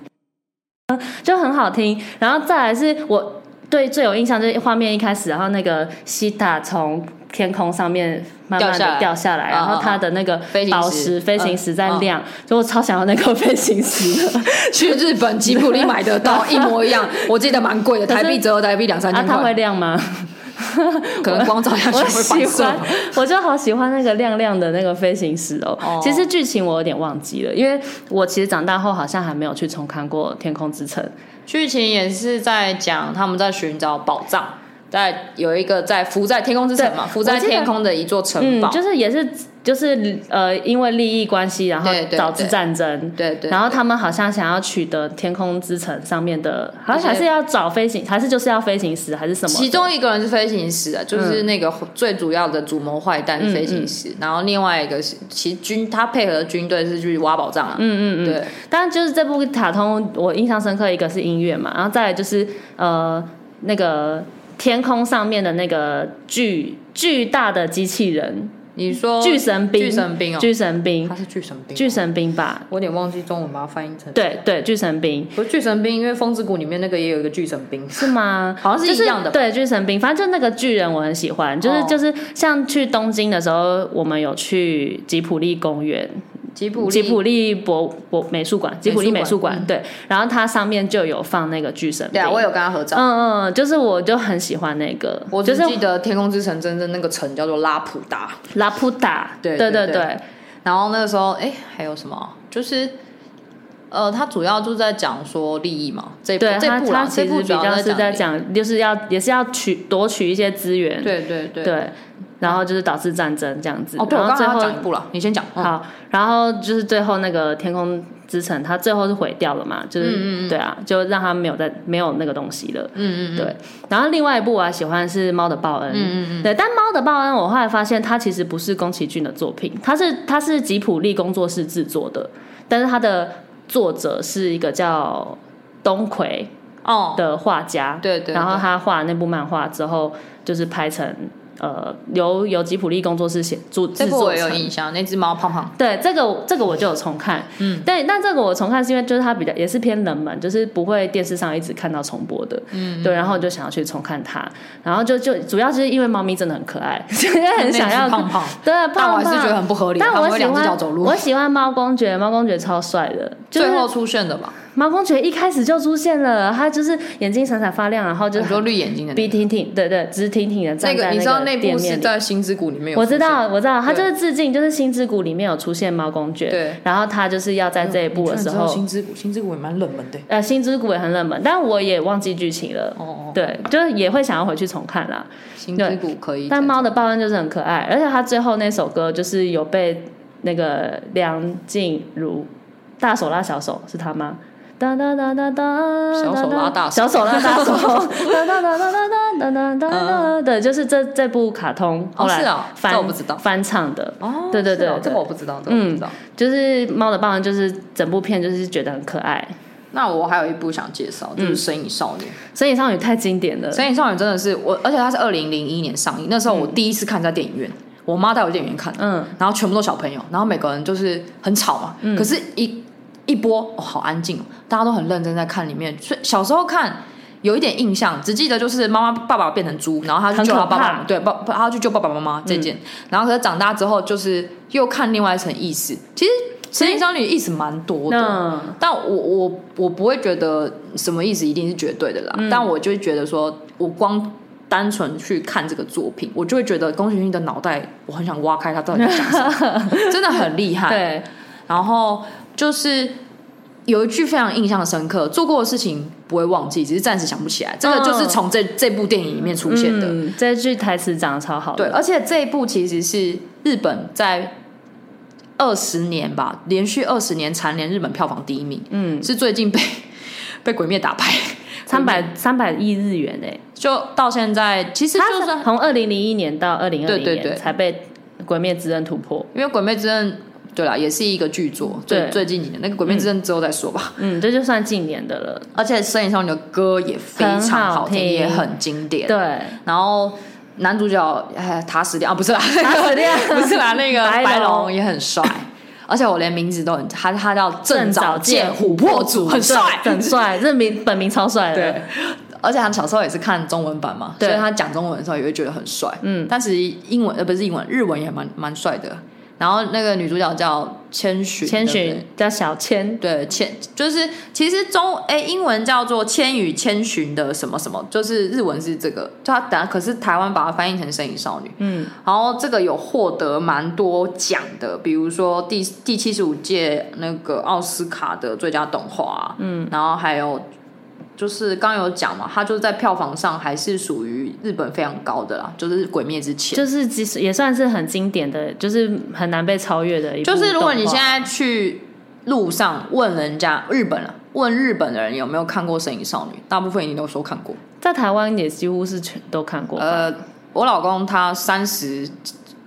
嗯就很好听。然后再来是我对最有印象就是画面一开始，然后那个西塔从。天空上面慢慢
掉下
的掉下
来嗯
来，然后它的那个
飞行
宝
石
石飞行
嗯
石在
嗯
亮，就我超想要那个 飞行石的。
去日本吉卜力买得到一模一 样，我记得蛮贵的，
可是
台币折合台币两三
啊，
千
它会
块，
亮吗？
可能光照下去
我
会
喜
反射
欢
吧。，
我就好喜欢那个亮亮的那个飞行石哦。
哦
其实剧情我有点忘记了，因为我其实长大后好像还没有去重看过《天空之城》。
剧情也是在讲他们在寻找宝藏，在有一个在浮在天空之城嘛，
对
浮在
我记得
天空的一座城
嗯
堡，，
就是也是就是呃，因为利益关系，然后
对对
导致
对
战争。
对对，
然后他们好像想要取得天空之城上面的，好像
一些
还是要找飞行，还是就是要飞行石，还是什么的？嗯
其中一个人是飞行师啊，就是那个最主要的主谋坏蛋是飞行师，然后另外一个是其实军他配合军队是去挖宝藏啊，嗯嗯嗯，对，
当然就是这部卡通，我印象深刻一个是音乐嘛，然后再来就是呃那个天空上面的那个巨巨大的机器人
你说
巨神兵，
哦巨神兵哦，
巨神兵
他，是巨神兵，哦
巨神兵吧？
我有点忘记中文把它翻译成，
对对，巨神兵
不是巨神兵，因为《风之谷》里面那个也有一个巨神兵，
是吗？
好像是一样的吧
就是对，巨神兵，反正就那个巨人我很喜欢，就是、
哦
就是像去东京的时候，我们有去吉普力公园，
吉普力
吉普力博博美术馆，吉普力美术
美嗯
馆，对，然后它上面就有放那个巨神
对
兵
啊，，我有跟他合照。
嗯嗯，就是我就很喜欢那个，
我
嗯就
只
是
记得《天空之城》真正那个城叫做拉普达，
拉普达，
对
对
对
对
对然后那个时候，哎，还有什么？就是，呃，他主要就是在讲说利益嘛，这部
对，
这
他
部
他，
啦
其
这
实
部
比
主要
较是在
利益
讲，就是要也是要取夺取一些资源，
对对对。
对，然后就是导致战争这样子，
哦，对，我
然后
刚
最
刚要
后
讲一部了，你先讲。嗯，
好，然后就是最后那个天空之城，它最后是毁掉了嘛，
嗯
就是对啊，就让它没有在没有那个东西了。嗯嗯对。然后另外一部我还喜欢是《猫的报恩》，嗯嗯对。但《猫的报恩》我后来发现它其实不是宫崎骏的作品，它是它是吉普力工作室制作的，但是它的作者是一个叫东奎
哦，
的画家，
对对。
然后
对
他画那部漫画之后，就是拍成呃由由吉普力工作室写制
这
制
部
作
我
成
有印象，那只猫胖胖。
对，这个这个我就有重看，嗯，但但这个我重看是因为就是它比较也是偏冷门，就是不会电视上一直看到重播的，嗯，对，然后我就想要去重看它，然后就就主要就是因为猫咪真的很可爱， 所以很想
那
要
只胖胖，
对，胖
但我还是
胖
觉得很不合理，
但
它
我
会
喜
两只脚
欢
走路
我。喜欢猫公爵，猫公爵超帅的，就是
最后出现的吧？
猫公爵一开始就出现了，他就是眼睛闪闪发亮，然后就
你
是
说绿眼睛的那
笔
个
挺挺，对对，直挺挺的站
那
在
个，你知道那
店
部是
面里。
在《星之谷》里面有。啊
我知。道，我知道，他就
对
是致敬，就是《星之谷》里面有出现猫公爵，
对，
然后他就是要在这一
哎
部的时候，
星之谷》《星之谷》也蛮冷门的。
呃，《星之谷》也很冷门，但我也忘记剧情了，
哦，
对，就是也会想要回去重看啦。
《星之谷》可以。
但《猫的报恩》就是很可爱，而且他最后那首歌就是有被那个梁静茹大手拉小手是他吗？哒哒哒哒哒，
小手拉大手
小手拉大手， 哒哒哒哒哒哒哒哒哒，对，就是这这部卡通后
嗯哦是
来
啊，
翻
这我不知道。
翻唱的，
哦，
对对对
是哦
对嗯
这个我不知道，这个我不知道。
就是《猫的报恩》，就是整部片就是觉得很可爱，
那我还有一部想介绍，
嗯
就是《神隐少女》。
《神隐少女》太经典了。
《神隐少女》真的是我，而且它是二零零一年上映，那时候我第一次看在电影院，我妈带我去电影院看的，
嗯，
然后全部都小朋友，然后每个人就是很吵嘛，可是一一播哦，好安静哦，大家都很认真在看里面，所以小时候看。有一点印象，只记得就是妈妈爸爸变成猪，然后他去救他爸
很可
爸
怕，嗯
对，爸他去救爸爸妈妈这件。然后可是长大之后，就是又看另外一层意思。其实《神隐少女》意思蛮多的，
那
但我我我不会觉得什么意思一定是绝对的啦，但我就会觉得说，我光单纯去看这个作品，我就会觉得宫崎骏的脑袋，我很想挖开他到底在讲什么，真的很厉害。
对，
然后就是有一句非常印象深刻，做过的事情不会忘记，只是暂时想不起来。这个就是从这、这部电影里面出现的。
嗯，这句台词讲的超好
对，
的。
而且这一部其实是日本在二十年吧，连续二十年蝉联日本票房第一名，
嗯，
是最近被 被鬼灭打败，
三百三百亿日元欸诶、
就到现在其实就
它
是
是从二零零一年到二零二
对
零
对
年
对
才被《鬼灭之刃》突破。
因为鬼灭之刃。对啦，也是一个巨作，最
对
最近几年那个《鬼灭之刃》之后再说吧。
嗯，这就算近年的了。
而且《摄影少女》的歌也非
很
常
好
好听，
听
也很经典。
对，
然后男主角哎塔矢亮啊，不是啦，
塔矢亮
不是啦，那个
白龙
白龙也很 帅，而且我连名字都很，他他叫正早见琥珀组，很帅。
对很帅，这名本名超帅的。
对，而且他小时候也是看中文版嘛，
对
所以他讲中文的时候也会觉得很帅。嗯，但其实英文呃不是英文，日文也蛮蛮帅的。然后那个女主角叫千寻，
千
对不对
寻叫小千，
对，千就是其实中哎、英文叫做《千与千寻》的什么什么，就是日文是这个，就它等下可是台湾把它翻译成《身影少女》，
嗯，
然后这个有获得蛮多奖的，比如说第第七十五届那个奥斯卡的最佳动画、嗯，然后还有就是刚有讲嘛，它就是在票房上还是属于日本非常高的啦，就是《鬼灭之前》
就是即使也算是很经典的，就是很难被超越的一部动
就
画。
是如果你现在去路上问人家日本啊，问日本的人有没有看过《神隐少女》，大部分一定都说看过。
在台湾也几乎是全都看过吧，
呃，我老公他三十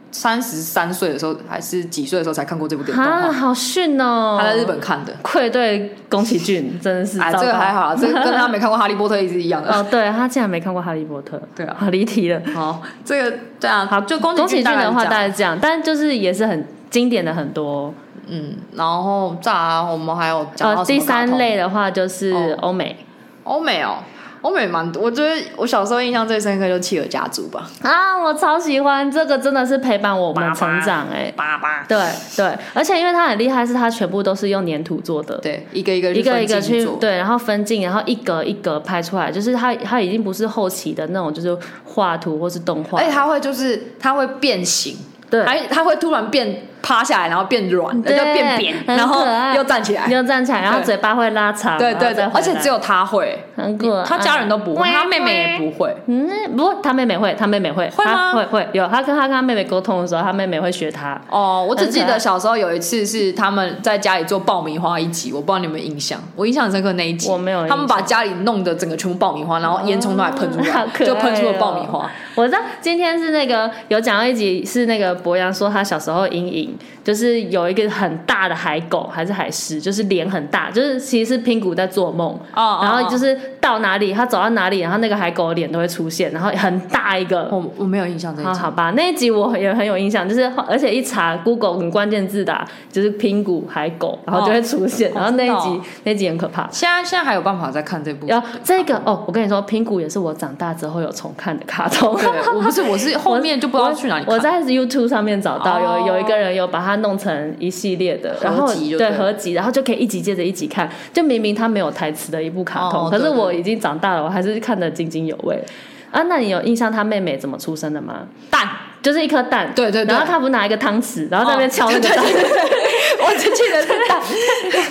三十三岁的时候，还是几岁的时候才看过这部电动
啊，
画，
好逊哦！
他在日本看的。
愧对宫崎骏，真的是
哎，
糟
这个
糕
还好啊，这个跟他没看过《哈利波特》一直一样的。
哦，对他竟然没看过《哈利波特》，
对啊
好离题了。
好，这个对啊，
好，
就宫
宫
崎
崎
大
骏
概
的话
是这
大
样
概这样，但就是也是很经典的很多。
嗯，然后再来我们还有讲到
呃，
什么
第
卡通
三类的话就是
哦
欧美
欧美哦，欧美蛮多，我觉得我小时候印象最深刻就是《企鹅家族》吧，
啊，我超喜欢这个，真的是陪伴我
爸
们
爸
成长哎、
爸爸
对对，而且因为它很厉害，是它全部都是用粘土做的，
对，一个一个
一个一个
去
去
做，
对，然后分镜，然后一格一格拍出来，就是它它已经不是后期的那种，就是画图或是动画
而，且它哎会就是它会变形，
对，
还它会突然变趴下来，然后变软，呃就
对
变扁，
很
然后
可爱
又站起
你
来。
又站起来，然后
对
嘴巴会拉长，
对
然后
对对，
再回
而且
来嗯
只有他会，
很可爱，
他家人都不会，他妹妹也不会。
嗯，不过他妹妹会，他妹妹会，
会吗
他会会有，他跟他跟他妹妹沟通的时候，他妹妹会学他。
哦，我只记
很可
得
爱
小时候有一次是他们在家里做爆米花一集，我不知道你们有没有印象，我印象很深刻那一集，
我没有印象
他们把家里弄得整个全部爆米花，然后烟囱都还喷出
哦好
来，
可爱
就喷出了
哦
爆米花。
我知道今天是那个有讲到一集，是那个博洋说他小时候的阴影，就是有一个很大的海狗还是海狮，就是脸很大，就是其实是拼骨在做梦，
哦哦
然后
哦
就是到哪里他走到哪里，然后那个海狗的脸都会出现，然后很大一个，
哦我我没有印象这一
啊，
集，
好吧，那一集我也很有印象，就是而且一查 Google 你关键字打就是拼骨海狗，然后就会出现，
哦
然后那一集、
真的哦
那一集很可怕。
现在现在还有办法再看这部？
然后这个哦，我跟你说，拼骨也是我长大之后有重看的卡通。
对，我不是，我是后面就不知道去哪里看。
我在 YouTube 上面找到
哦
有有一个人有把它弄成一系列的，然后
合集就对
对
了
合集，然后就可以一集接着一集看。就明明它没有台词的一部卡
哦
通，可是
对对
我已经长大了，我还是看得津津有味。啊，那你有印象他妹妹怎么出生的吗？
蛋，
就是一颗蛋，
对对对
然后他不拿一个汤匙，然后在那边敲那个蛋，
哦对对对对我只记得是蛋，
但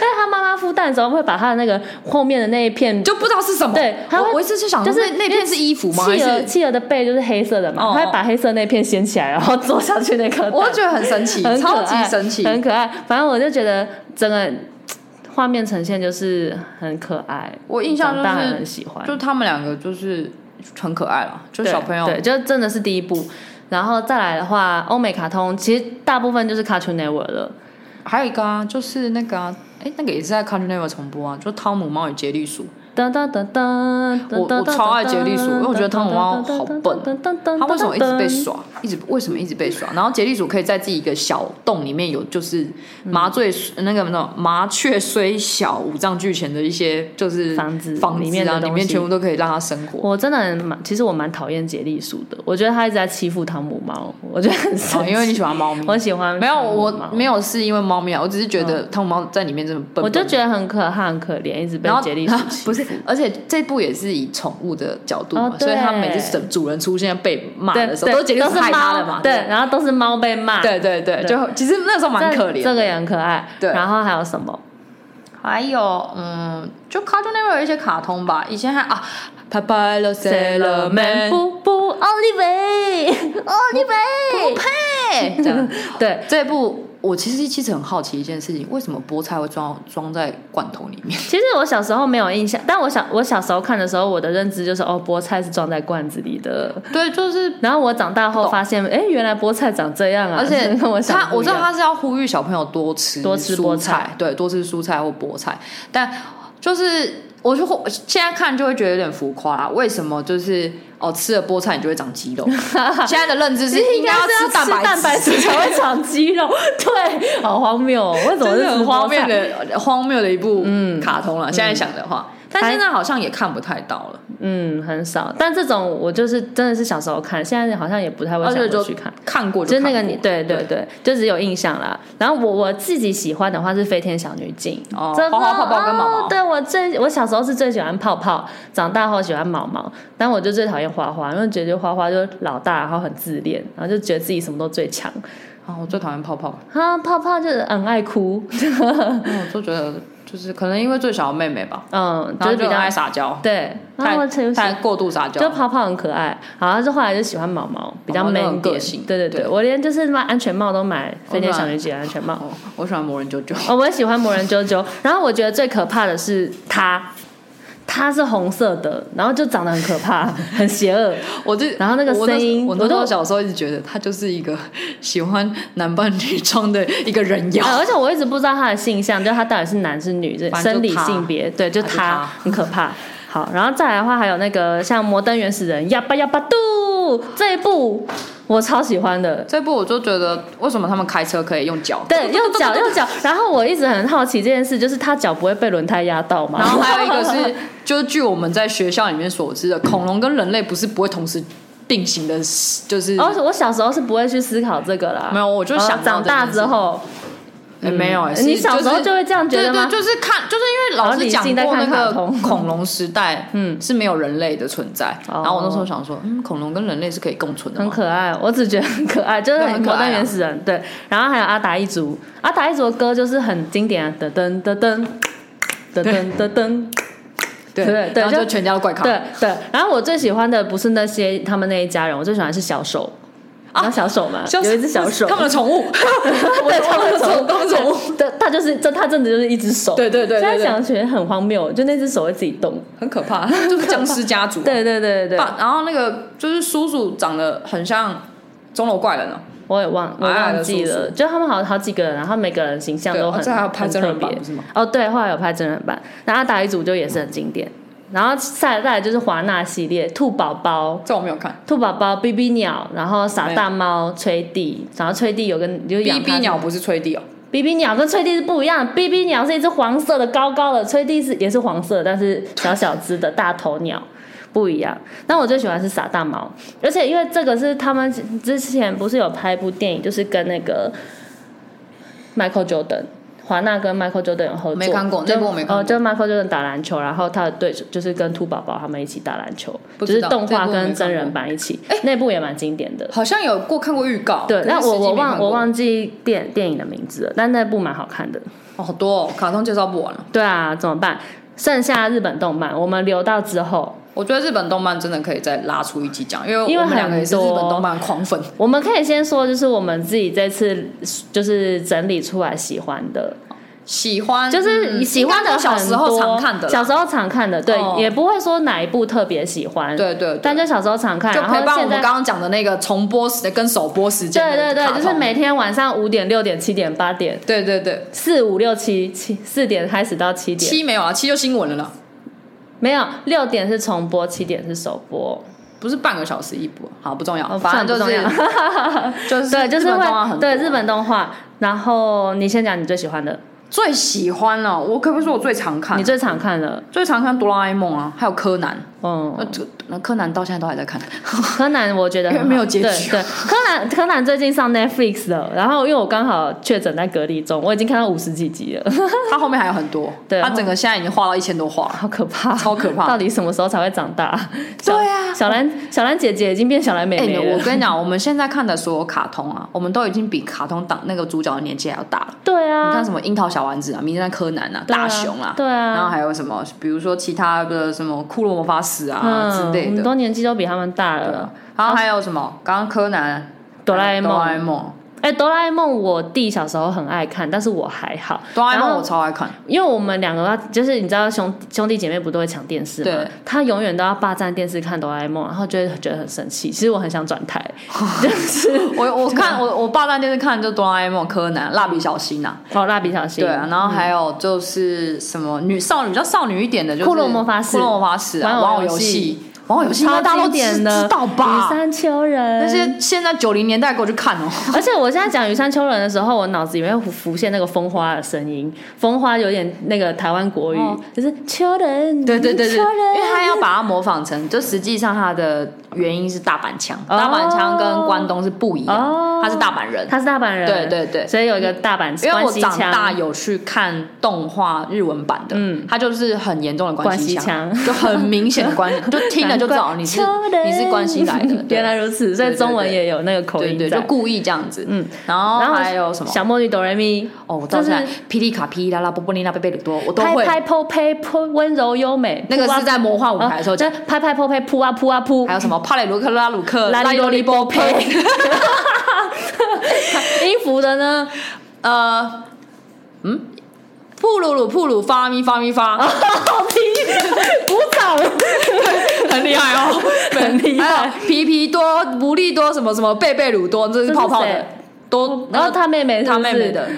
是他妈妈孵蛋的时候会把他的那个后面的那一片，
就不知道是什么。
对他会
我我一直是想说，
就是
那那片是衣服吗？还
企鹅
是
企鹅的背就是黑色的
哦
嘛，他会把黑色那片掀起来，然后坐下去那颗蛋，
我觉得很神奇，
很可
超
爱
级神奇。
很可爱。反正我就觉得整个嘖画面呈现就是很可爱，
我印象就
长大
是
很喜欢，
就他们两个就是很可爱了，就
对
小朋友
对，就真的是第一部。然后再来的话，欧美卡通其实大部分就是 Cartoon Network 了。
还有一个啊，就是那个啊，哎，那个也是在 Cartoon Network 重播啊，就《汤姆猫与杰利鼠》。
噔噔噔噔，
我我超爱杰利鼠因为我觉得汤姆猫好笨
笨
他为什么一直被？耍？一直为什么一直被耍？然后杰利鼠可以在自己一个小洞里面有，就是
嗯
麻醉、那个那种麻雀虽小，五脏俱全的一些就是
房子
房子啊，
里
里
面的东西
全部都可以让它生 活。
我真的很蛮，其实我蛮讨厌杰利鼠的，我觉得他一直在欺负汤姆猫，我觉得很生
哦，
气。
因为你喜欢猫 咪，
我喜欢
没有
汤姆
我
猫嗯
没有是因为猫咪啊，我只是觉得汤姆猫在里面真的笨笨的
我就觉得很可怕、很可怜，一直被
然后
杰利鼠
不
欺负
是。，而且这部也是以宠物的角度嘛，
哦
所以他
对
每次主主人出现被骂
对
的时
对，
候，都是杰利鼠害他
猫
的嘛，
对，然后都是猫被骂，
对对对，
对
就其实那时候
这，
蛮可怜的，
这个也很可爱。
对
然后还有什么？
还有，嗯，就 Cartoon Network 有一些卡通吧，以前还啊，拍拍了 Sailor Man，
不不，奥利维，
不配，这样
对，
哎这部。我其实其实很好奇一件事情，为什么菠菜会装装在罐头里面？
其实我小时候没有印象，但我小我小时候看的时候，我的认知就是哦，菠菜是装在罐子里的。
对，就是
然后我长大后发现，哎，原来菠菜长这样啊！
而 且
跟我想
他，我知道
不一样
他是要呼吁小朋友多吃
多吃
蔬
菠菜
对，多吃蔬菜或菠菜。但就是我就会现在看就会觉得有点浮夸啦。为什么就是哦吃了菠菜你就会长 肌肉？现在的认知是应该
是
吃
要吃蛋白质才会长肌肉， 对，好荒谬哦！为什么
真
是
的
吃
很荒
菠
谬
菜？嗯
的荒谬的一部卡通了。现在想的话，但现在好像也看不太到了，
嗯，很少。但这种我就是真的是小时候看，现在好像也不太会
而且
想
就
回去看。
看过
就是那
看
个
过
你，对对对，就只有印象啦。然后我我自己喜欢的话是飞天小女警，
哦
真的
花花泡泡跟毛毛
哦对我最我小时候是最喜欢泡泡，长大后喜欢毛毛，但我就最讨厌花花，因为觉得花花就老大，然后很自恋，然后就觉得自己什么都最强。
啊，我最讨厌泡泡了。
啊，泡泡就是很爱哭，
嗯我就觉得就是可能因为最小的妹妹吧，
嗯，
然
就
后
是
就
比
很
较
爱撒娇，
对。然后我
太
就
太过度撒娇
就。泡泡很可爱，然后就后来就喜欢毛毛，比较
毛毛
man
就
一
很
点
个性
对对对，
对
我连就是买安全帽都买飞天
我喜
小
欢
女警的安全帽。
哦，我喜欢魔人啾啾。
哦， 我也喜欢魔人啾啾。然后我觉得最可怕的是它，它是红色的，然后就长得很可怕， 很邪恶。
我这
然后那个
我
声音
我
我
那时
都
候小时候一直觉得他就是一个 喜欢男扮女装的一个人妖。
呃而且我一直不知道它的性向，就它到底是男是女，这
反正
生
就
理
它
性别，对，就
它
它
就它
很可怕。好，然后再来的话，还有那个像《摩登原始人》呀吧呀吧嘟这一部，我超喜欢的。
这部我就觉得为什么他们开车可以用脚？
对，用脚用脚，然后我一直很好奇这件事，就是他脚不会被轮胎压到吗？
然后还有一个是，就是据我们在学校里面所知的，恐龙跟人类不是不会同时并行的，就是、
哦，我小时候是不会去思考这个啦。
没有我就想
哦
到
长
这件
大
事
之后，嗯
诶没有、诶哎是
你小时候
是
就会这样觉得吗
对对，就是看，就是因为老师
然
讲
后理性在
过那
看卡
个
通
恐龙 时代，嗯，是没有人类的存在。
哦
然后我那时候想说，嗯，恐龙跟人类是可以共存的
很
吗？
可爱，我只觉得很可爱，就是
对
很
很可
摩
爱啊
登原始人对。然后还有阿达一族，阿达一族的歌就是很经典啊，噔噔噔噔噔噔噔噔，
对
对对
然后
就
就全家都怪卡。
对对。然后我最喜欢的不是那些他们那一家人，我最喜欢的是小手，你知道小手吗？有一只小手，
啊他们的宠物，
对，
对
他们宠
他们宠物，
对，他就是这，他真的就是一只手。
对对对对
现在
对
想起来很荒谬，就那只手会自己动。
很可 怕，他们就是僵尸家族。
对对对对对，
爸，然后那个就是叔叔长得很像钟楼怪人哦，
我也忘我
矮矮的
忘记
叔叔
了，就他们好好几个人，然后每个人形象
对
都
哦
很
这还有拍
很
真
特
人版
别
不是吗。
哦，对，后来有拍真人版，然后阿达一组就也是很经典。然后再再来就是华纳系列，兔宝宝、
这我没有看。
兔宝宝、B B 鸟，然后傻
没有
大猫、吹地，然后吹地有个有
B
养
B
它
鸟不是吹地哦，
B B 鸟跟吹地是不一样，B B 鸟是一只黄色的高高的，吹地是也是黄色的，但是小小只的大头鸟不一样。那我最喜欢是傻大猫，而且因为这个是他们之前不是有拍一部电影，就是跟那个 Michael Jordan。华纳跟 Michael Jordan 有合作，
没看过
就
那部我没看过
呃，就 Michael Jordan 打篮球，然后他的对手就是跟兔宝宝他们一起打篮球，
不
就
知
是
道
动画
这部我没
跟真
看
人
过哦
版一起， 那部也蛮经典的。
好像有过看过预告。
对，
可是
但我
实际
我
没看
忘
过
我忘记电电影的名字了，但那部蛮好看的。
哦，好多哦，卡通介绍不完了。
对啊，怎么办？剩下日本动漫，我们留到之后，
我觉得日本动漫真的可以再拉出一集讲，因为
因为
我们两个也是日
很多
本动漫狂粉。
我们可以先说，就是我们自己这次就是整理出来喜欢的，
喜欢
就是
嗯
喜欢的
应该说小
很
时
多
候常看的啦，
小时候常看的，对，
哦
也不会说哪一部特别喜欢，，
对对对，
但就小时候常看，
就
然后
陪伴我
现
们
在。
刚刚讲的那个重播时跟首播时间
对对
的卡
对，
通，
就是每天晚上五点、六点、七点、八点、
对对对
四五六七七四点开始到七点，
七没有啊，七就新闻了啦，
没有六点是重播，七点是首播。
不是半个小时一部，啊好不重要，
哦
反正就
不重
是
要
就是
对，就是
日本动漫很
会
多
对日本动画。然后你先讲你最喜欢的，
最喜欢了，我可不可以说我最常看
你？最常看的，
最常看哆啦 A 梦啊，还有柯南，
嗯
呃，，这那柯南到现在都还在看，
柯南我觉得很好
因为没有结
对
局
对，柯南柯南最近上 Netflix 了，然后因为我刚好确诊在隔离中，我已经看到五十几集 了，
他后面还有很多，
对
他整个现在已经画到一千多画了，
好可怕，
超可怕
到底什么时候才会长大？小
对啊
小兰小兰姐姐已经变小兰妹
哎、
妹
我
了。
跟你讲，我们现在看的所有卡通啊，我们都已经比卡通党那个主角的年纪还要大了。
对啊，
你看什么樱桃小丸子啊、名侦探柯南啊、
对啊
大雄啊，
对啊
然后还有什么，比如说其他的什么骷髅魔法使啊、之
嗯，我
类
们
的，啊
都年纪都比他们大了。
然后还有什么，刚刚柯南、
哆啦 A
哆啦 A
梦，
梦，
哎、哎、哆啦 A 梦我弟小时候很爱看，但是我还好。
哆啦 A
然
梦
后
我超爱看，
因为我们两个要，就是你知道兄兄弟姐妹不都会抢电视吗
对？
他永远都要霸占电视看哆啦 A 梦，然后就会觉得很生气。其实我很想转台，就是
我我看我我爸在电视看就哆啦 A 梦、柯南、蜡笔小新啊，
哦，蜡笔小新，
对啊，然后还有就是什么女少女比较少女一点的，就是
骷髅魔法使
骷髅魔法使啊，
玩
玩
偶
偶
游
游
戏
戏，玩偶游戏应
超
该大家
经
都
典
知
的，
知道吧
羽？山丘人
那些现在九零年代给我去看哦，
而且我现在讲羽山丘人的时候，我脑子里面会浮现那个风花的声音，风花有点那个台湾国语，
哦
就是丘人，
对对对对，
丘人，
因为他要把它模仿成，就实际上它的原因是大阪腔，大阪腔跟关东是不一
哦
样，他是大阪人。
他是大阪人，
对对对
所以有一个大阪
因为
关
我
西
长大
腔，
有去看动画日文版的，
嗯
嗯，它就是很严重的关西
关西腔
就很明显的关 系，就听了就知道你是
难怪，
你是关西来的 对
原来如此，所以
对对
中文
对
也有那个口
对
音
对，
在
就。故意这样子，嗯，然后
然后
还有什么？
小魔女哆瑞咪，
哦，我知道
就是
现在霹雳卡、霹雳啦啦、波波利娜、贝贝鲁多，我都
拍
会。
拍 p 拍 p 温柔优美，
那个
扑啊
是在魔幻舞台的时候
哦
讲
对拍拍 p 拍扑啊扑啊扑
还，有什么帕雷罗克、拉鲁克、
拉里
里
罗里波呸
呸
音符的呢？
呃，嗯，布鲁鲁布鲁发咪发咪发，
哦好听，鼓掌，
很厉害哦，
很厉害
还有皮皮多、无力多什么什么贝贝鲁多，这
这
是
是
泡泡
谁
的，多，
然后他妹妹是不是
他妹妹的，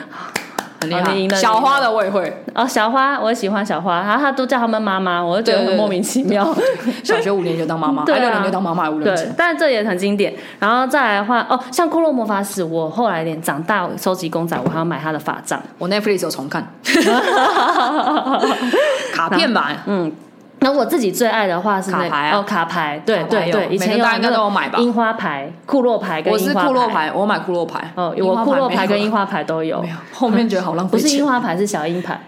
很厉
哦你赢了
害。
你
小
赢
花
了
的我也会，
哦，小花，我也喜欢小花，然后她都叫他们妈妈，我就觉得
对
很
对对
莫名其 妙。
小学五年级就当妈妈，
对
还
啊
六年级就当妈妈，还五年级
对，。但这也很经典。然后再来的话，哦，像《骷髅魔法使》，我后来连长大收集公仔，我还要买他的法 杖。
我 Netflix 有 重看卡片版，
嗯，那我自己最爱的话是那
卡牌啊
哦卡牌，对
卡牌
对
有
对，以前啊
每个大家应该
那个
都有买吧
樱花牌、库洛牌跟
我是
樱花
库洛，牌，我买库洛牌。
哦，
樱
我
花
库洛
没
牌
有
跟樱花牌都有
没，有，后面觉得好浪
不
费
是樱
钱。
花牌是小樱牌。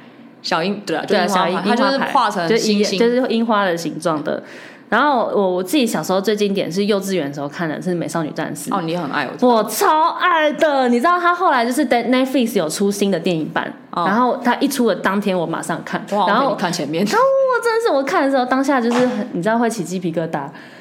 小樱对啊，
对啊，
就樱
小
花
樱
牌它就是
樱花牌
画成
就
星
是
星，
就是樱花的形状的。然后我我自己小时候最经典是幼稚园的时候看的是《美少女战士》
哦，你很爱我。
我超爱的，你知道他后来就是在 Netflix 有出新的电影版，
哦
然后他一出的当天我马上看，
哇，
然
然后
后
你看前面，
然后我真的是我看的时候当下就是很，你知道会起鸡皮疙瘩，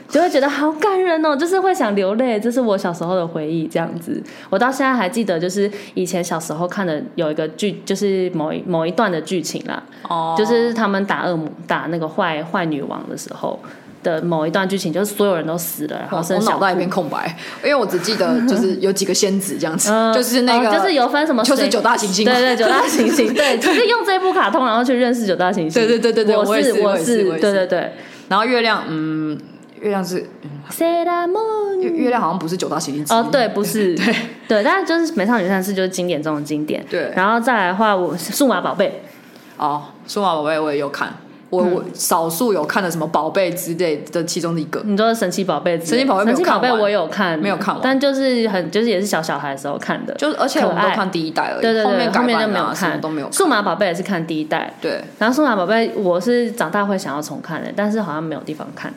就会觉得好感人哦，就是会想流泪，这是我小时候的回忆，这样子。我到现在还记得，就是以前小时候看的有一个剧，就是某一某一段的剧情啦，
哦，
就是他们打恶魔、打那个坏坏女王的时候的某一段剧情，就是所有人都死了，然
我
后剩
哦我
小
脑袋一片空白，因为我只记得就是有几个仙子这样子，就是那个
嗯哦就是有分什么水，
就是九大行星嘛，
对对，九大行星， 对，只是用这部卡通然后去认识九大行星，
对对对对对
我
我也是
我
我也是我也是
对对对。
然后月亮，嗯，月亮是
塞拉梦
月月亮好像不是九大行星之
嗯
一
哦，，对，不 是，对对，但是就是《美少女战士》就是经典中的经典。
对
然后再来的话，我数码宝贝，
哦，数码宝贝我也有看，我
嗯
我少数有看的什么宝贝之类的其中的一个，
你说神奇宝贝之类的，
神奇宝贝没
神
有
奇宝贝
看完
我有看，
没有看完
但就是很就是也是小小孩的时候看的，
就是而且我们
可
都
爱
看第一代而已，
对对对，
后面改版
就没有
啊什么
看，
都没有看，
数码宝贝也是看第一代，
对，
然后数码宝贝我是长大会想要重看的，但是好像没有地方看。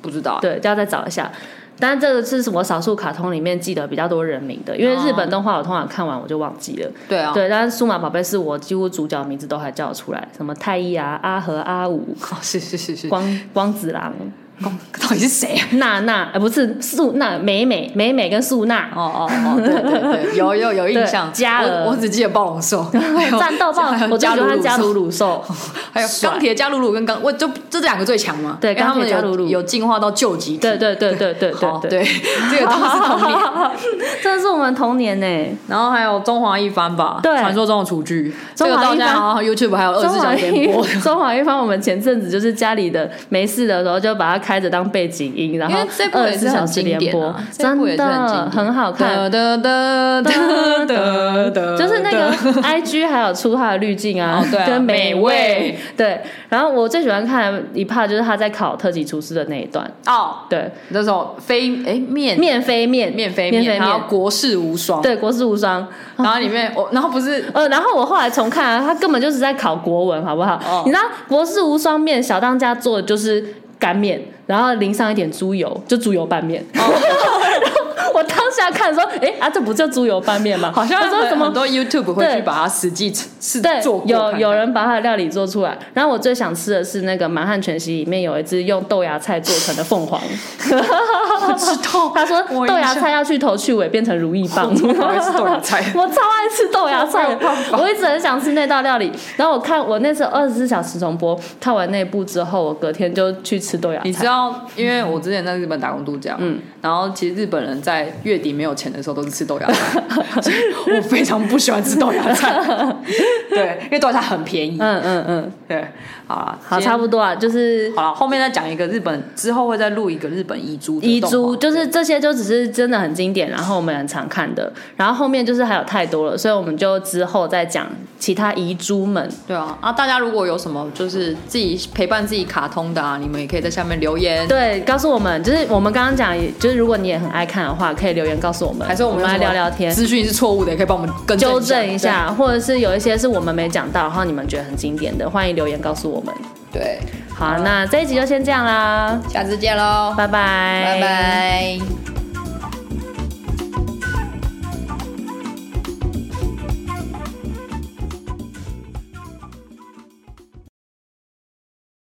不知道，
对，就要再找一下。但这个是我少数卡通里面记得比较多人名的，因为日
哦
本动画我通常看完我就忘记了。
对啊，
对，但是数码宝贝是我几乎主角名字都还叫得出来，什么太一啊、阿和、阿五、
哦是是是是，
光光子郎、
到底是谁啊？
娜娜，呃，不是素娜、美美、美美跟素娜，
哦哦哦，对对 对，有有有印象。
对嘉儿
我我只记得暴龙 兽，还有
战斗棒
还，有
我最
加
喜
鲁
欢
鲁
加
兽，
鲁鲁兽，
还有钢铁加鲁鲁跟钢，我就这两个最强嘛。
对
因为他
钢
们
铁加鲁鲁
有有进化到旧极体。
对对对对对
好
对对，
对， 这个都是童年。
这是我们童年呢。
然后还有中华一番吧，
对
传说中的厨具，这个
中华一
到
番
现在好像 YouTube 还有二十
中
四小
华
时
一
点播。
中华一方，我们前阵子就是家里的没事的时候，就把它开着当背景音，然后
因为这部
二
也
十
是
四
很
小时连
经典
播
啊，这部
真
也是很经
的
典
很好看。
哒哒哒 哒哒，
就是那个 I G 还有出它的滤镜啊
哦，对啊
跟美
美味
对。然后我最喜欢看一 part 就是他在烤特级厨师的那一段，
哦，
对，
那种飞哎面
面飞面
面飞
面
面，
飞
然
面
后，国士无双，
对，国士无双。
然后里面我然后不是
呃，然后我后来重看、啊，他根本就是在考国文，好不好？
哦
你知道国士无双面小当家
哦
做的就是干面，然后淋上一点猪油，就猪油拌面。然后 我当下看说，哎、啊，这不就猪油拌面吗？
好像
我说
很
怎么
很多 YouTube 会
对
去把它实际是
对
做过看
有
看
有人把他的料理做出来。然后我最想吃的是那个满汉全席里面有一只用豆芽菜做成的凤凰。
不知道，
他 说
我
豆
印
芽
象
菜要去头去尾变成如意 棒。
我怎么会是豆芽菜
我超爱吃豆芽菜
我没有办，法
我一直很想吃那道料理。然后我看我那时候二十四小时重播，看完那部之后，我隔天就去吃豆芽
你知
菜。
道，因为我之前在日本打工度假，嗯，然后其实日本人在月底没有钱的时候都是吃豆芽 菜，所以我非常不喜欢吃豆芽菜，对，因为豆芽菜很便宜，
嗯嗯嗯，
对，好啦，
好，
今天
差不多啊，就是
好了，后面再讲一个日本，之后会再录一个日本遗珠的
遗
动画
珠，就是这些就只是真的很经典，然后我们很常看的。然后后面就是还有太多了，所以我们就之后再讲其他遗珠们。
对啊，啊，大家如果有什么就是自己陪伴自己卡通的啊，你们也可以在下面留言，
对，告诉我们，就是我们刚刚讲，就是如果你也很爱看的话，可以留言告诉我们，
还是我
我
们
来聊聊天，
资讯是错误的，也可以帮我们更
纠
正
正一，下，或者是有一些是我们没讲到，然后你们觉得很经典的，欢迎留言告诉我们。
对，
好，那这一集就先这样啦，
下次见喽，
拜拜，
拜。拜